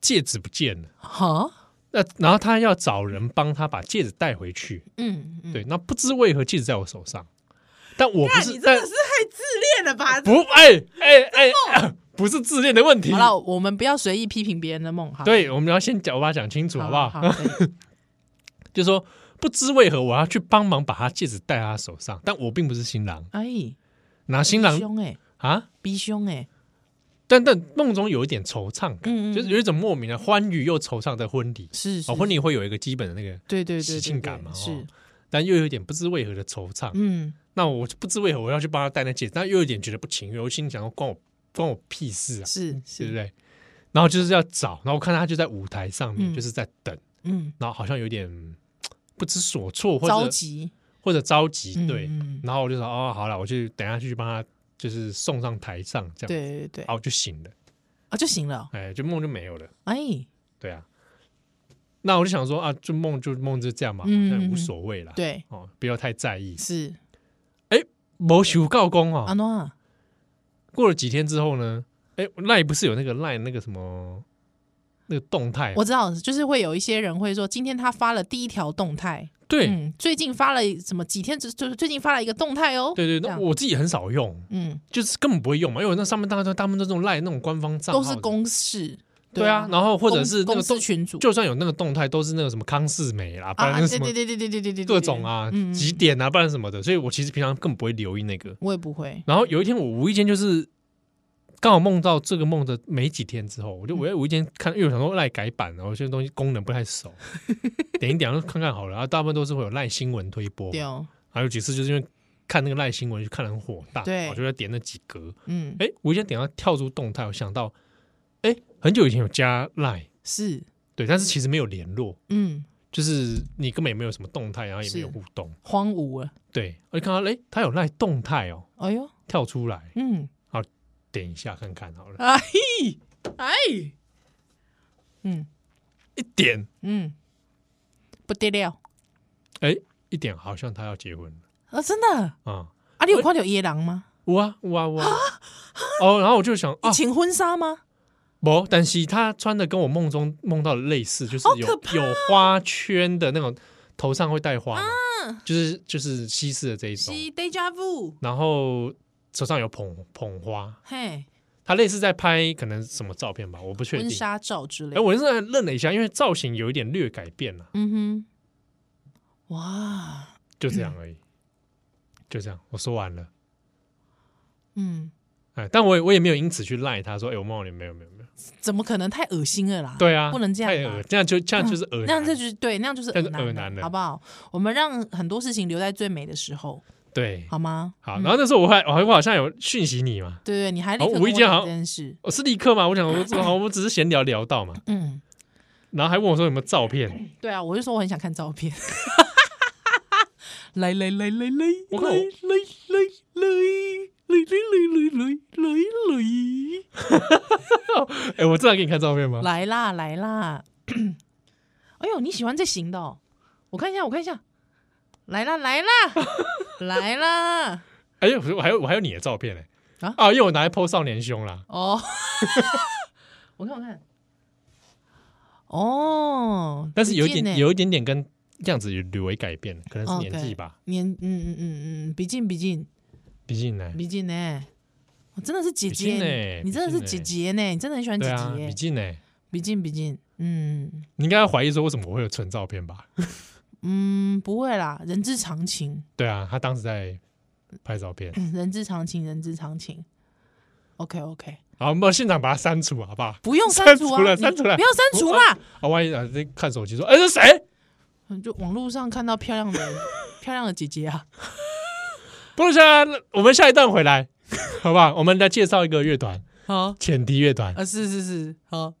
B: 戒指不见了，
C: 好，
B: 那然后他要找人帮他把戒指带回去，
C: 嗯嗯，
B: 对，那不知为何戒指在我手上，但我不是，但
C: 太自恋了吧？
B: 不，哎哎哎哎， *coughs* 不是自恋的问题
C: 好。了，我们不要随意批评别人的梦哈。
B: 对，我们要先讲，我把它讲清楚，好不好？
C: 好好可以
B: 就说不知为何我要去帮忙把他戒指戴在他手上，但我并不是新郎，
C: *laughs* 哎，
B: 拿新郎
C: 凶哎，
B: 啊，
C: 逼凶哎，
B: 但但梦中有一点惆怅感，
C: 嗯嗯
B: 就是有一种莫名的欢愉又惆怅的婚礼。
C: 是是
B: 哦，婚礼会有一个基本的那个，
C: 对对对
B: 喜
C: 对，
B: 庆
C: 对
B: 感嘛哦
C: 是，
B: 但又有一点不知为何的惆怅。
C: 嗯，
B: 那我就不知为何我要去帮他戴那戒指，但又有点觉得不情愿，我心里想说关我关我屁事啊，
C: 是
B: 对不
C: 是，
B: 对？然后就是要找，然后我看他就在舞台上面，
C: 嗯
B: 就是在等，
C: 嗯，
B: 然后好像有点嗯不知所措，或
C: 着
B: 者
C: 急，
B: 或者着急，
C: 嗯
B: 对。
C: 嗯
B: 然后我就说哦，好了，我去等一下去帮他，就是送上台上这样，，
C: 对对对，
B: 然后就醒了，
C: 啊就行了，
B: 哎，就梦就没有了，
C: 哎，
B: 对啊。那我就想说啊，就梦就梦就这样嘛，好
C: 嗯
B: 像也无
C: 嗯
B: 所谓啦，
C: 对，
B: 哦，不要太在意。
C: 是
B: 谋求告功
C: 阿
B: 哦，
C: 诺啊，
B: 过了几天之后呢，哎，赖不是有那个赖那个什么那个动态吗，
C: 我知道，就是会有一些人会说，今天他发了第一条动态，
B: 对、
C: 嗯，最近发了什么几天，就就是最近发了一个动态哦，
B: 对对，
C: 这
B: 那
C: 样
B: 我自己很少用，
C: 嗯，
B: 就是根本不会用嘛，因为我那上面大家都大部分都是那种赖那种官方账号
C: 都
B: 的，
C: 是公式，
B: 对啊，然后或者是那
C: 公
B: 个
C: 公
B: 动
C: 司，群组，
B: 就算有那个动态，都是那个什么康世美啦，不
C: 啊，
B: 然
C: 啊
B: 那
C: 对
B: 什么
C: 对对对对对对对，
B: 各种啊
C: 嗯，
B: 几点啊，不然什么的，所以我其实平常根本不会留意那个。
C: 我也不会，
B: 然后有一天我无意间就是刚好梦到这个梦的没几天之后，我
C: 嗯
B: 就我要无意间看，因为我想说哦赖改版，然后这些东西功能不太
C: *laughs*
B: 熟，点一点然后看看好了，然后大部分都是会有赖新闻推播嘛，
C: 对
B: 然
C: 哦，
B: 后有几次就是因为看那个赖新闻就看得很火大，
C: 对
B: 我就在点那几格，
C: 嗯，
B: 哎，我一下点到跳出动态，我想到，哎，很久以前有加 Line，
C: 是，
B: 对，但是其实没有联络，
C: 嗯，
B: 就是你根本也没有什么动态，然后也没有
C: 是
B: 互动，
C: 荒芜了，
B: 对，我就看到，哎，他有 Line 动态哦，
C: 哎呦，
B: 跳出来，
C: 嗯，
B: 点一下看看好了，
C: 哎哎，嗯
B: 一点，
C: 嗯，不得了
B: 哎，一点好像他要结婚了
C: 啊，真的
B: 啊，
C: 啊，你有看到野狼吗？
B: 哇哇哇，哦，然后我就想啊
C: 你，请婚纱吗？
B: 不，但是他穿的跟我梦中梦到的类似，就是
C: 好
B: 有
C: 可怕哦
B: 有花圈的那种，头上会戴花嘛，
C: 啊
B: 就是就是西式的这一种。
C: deja vu，
B: 然后手上有捧捧花，
C: 嘿，
B: 他类似在拍可能什么照片吧，我不确
C: 婚
B: 定。
C: 纱照之类
B: 哎，
C: 的。
B: 我是愣了一下，因为造型有一点略改变啊了，
C: 嗯哼，哇，
B: 就这样而已，就这样。我说完了，
C: 嗯，
B: 哎，但我也我也没有因此去赖他说，哎、我骂你没有没有没有，
C: 怎么可能太恶心了啦？
B: 对啊，
C: 啊不能这样
B: 太
C: 吧
B: 恶，这样就这样就是恶、
C: 那样这就是对，那样就是
B: 那是
C: 耳
B: 耳男了
C: 好不好？我们让很多事情留在最美的时候，
B: 对。
C: 好吗？
B: 好，然后那时候我还我还我好像有讯息你嘛，
C: 对对，你还立刻
B: 好
C: 跟
B: 无
C: 我
B: 意间好
C: 讲
B: 像
C: 这件事，
B: 我是立刻嘛，我想我
C: *laughs*
B: 好，我们只是闲聊聊到嘛，
C: 嗯，
B: 然后还问我说有没有照片，
C: *laughs* 对啊，我就说我很想看照片。来来来来来，
B: 我靠
C: 来来来来来来来来
B: 哎、我真的给你看照片吗？
C: 来来啦来啦！哎呦，你喜欢这型的、哦？我看一下，我看一下，来啦来啦来啦！
B: 哎呦，我还有我还有你的照片嘞、
C: 啊
B: 啊，因为我拿来 PO 少年胸啦，
C: 哦，我看我看，哦，
B: 但是有一
C: 笔
B: 点
C: 记呢
B: 有一点点跟样子有略微改变，可能是
C: OK
B: 年纪吧，
C: 年嗯嗯嗯嗯，毕竟毕竟
B: 毕竟呢，
C: 毕竟呢，我真的是姐
B: 毕竟
C: 姐
B: 呢，
C: 你真的是姐姐呢，你真的很喜欢姐
B: 对啊，毕
C: 姐，
B: 竟呢，
C: 毕竟毕竟，嗯
B: 你应该怀疑说为什么我会有存照片吧？
C: 嗯，不会啦，人之常情， *laughs*
B: 对啊，他当时在拍照片，
C: 人之常情，人之常情。OK OK，
B: 好，我们现场把它删除好不好？
C: 不用
B: 删
C: 删除啊，
B: *laughs* 除了
C: 你
B: 删除了
C: 不要删除嘛，
B: 啊，万一啊在看手机说，哎、这是谁？
C: 就网络上看到漂亮的 *laughs* 漂亮的姐姐啊，
B: 不如下，我们下一段回来，好不好？我们来介绍一个乐团，
C: 好
B: 浅笛乐团。
C: 啊，是是是，好。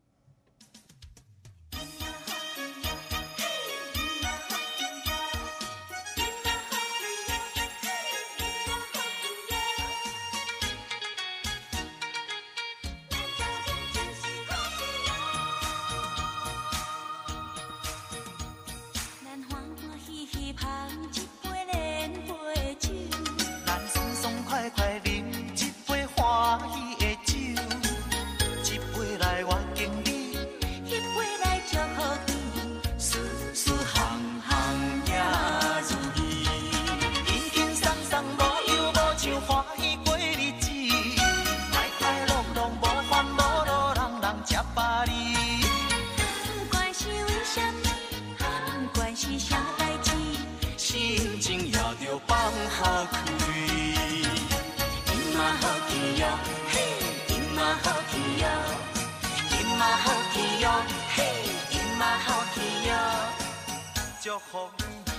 A: 咱欢欢喜喜捧一杯连杯酒，
D: 咱爽爽快快饮一杯欢喜的酒，一杯来我敬你，
A: 一杯来祝福你，事事
D: 事行行也如意，轻轻松松无忧无愁欢喜过日子，快快乐乐无烦无恼，人人吃巴你。
A: 不管是为什么，不管是啥代志，
D: 心情也着放下开，今仔好去哟，嘿，今仔好去哟，今仔好去哟，嘿，今仔好去哟，祝福你。哦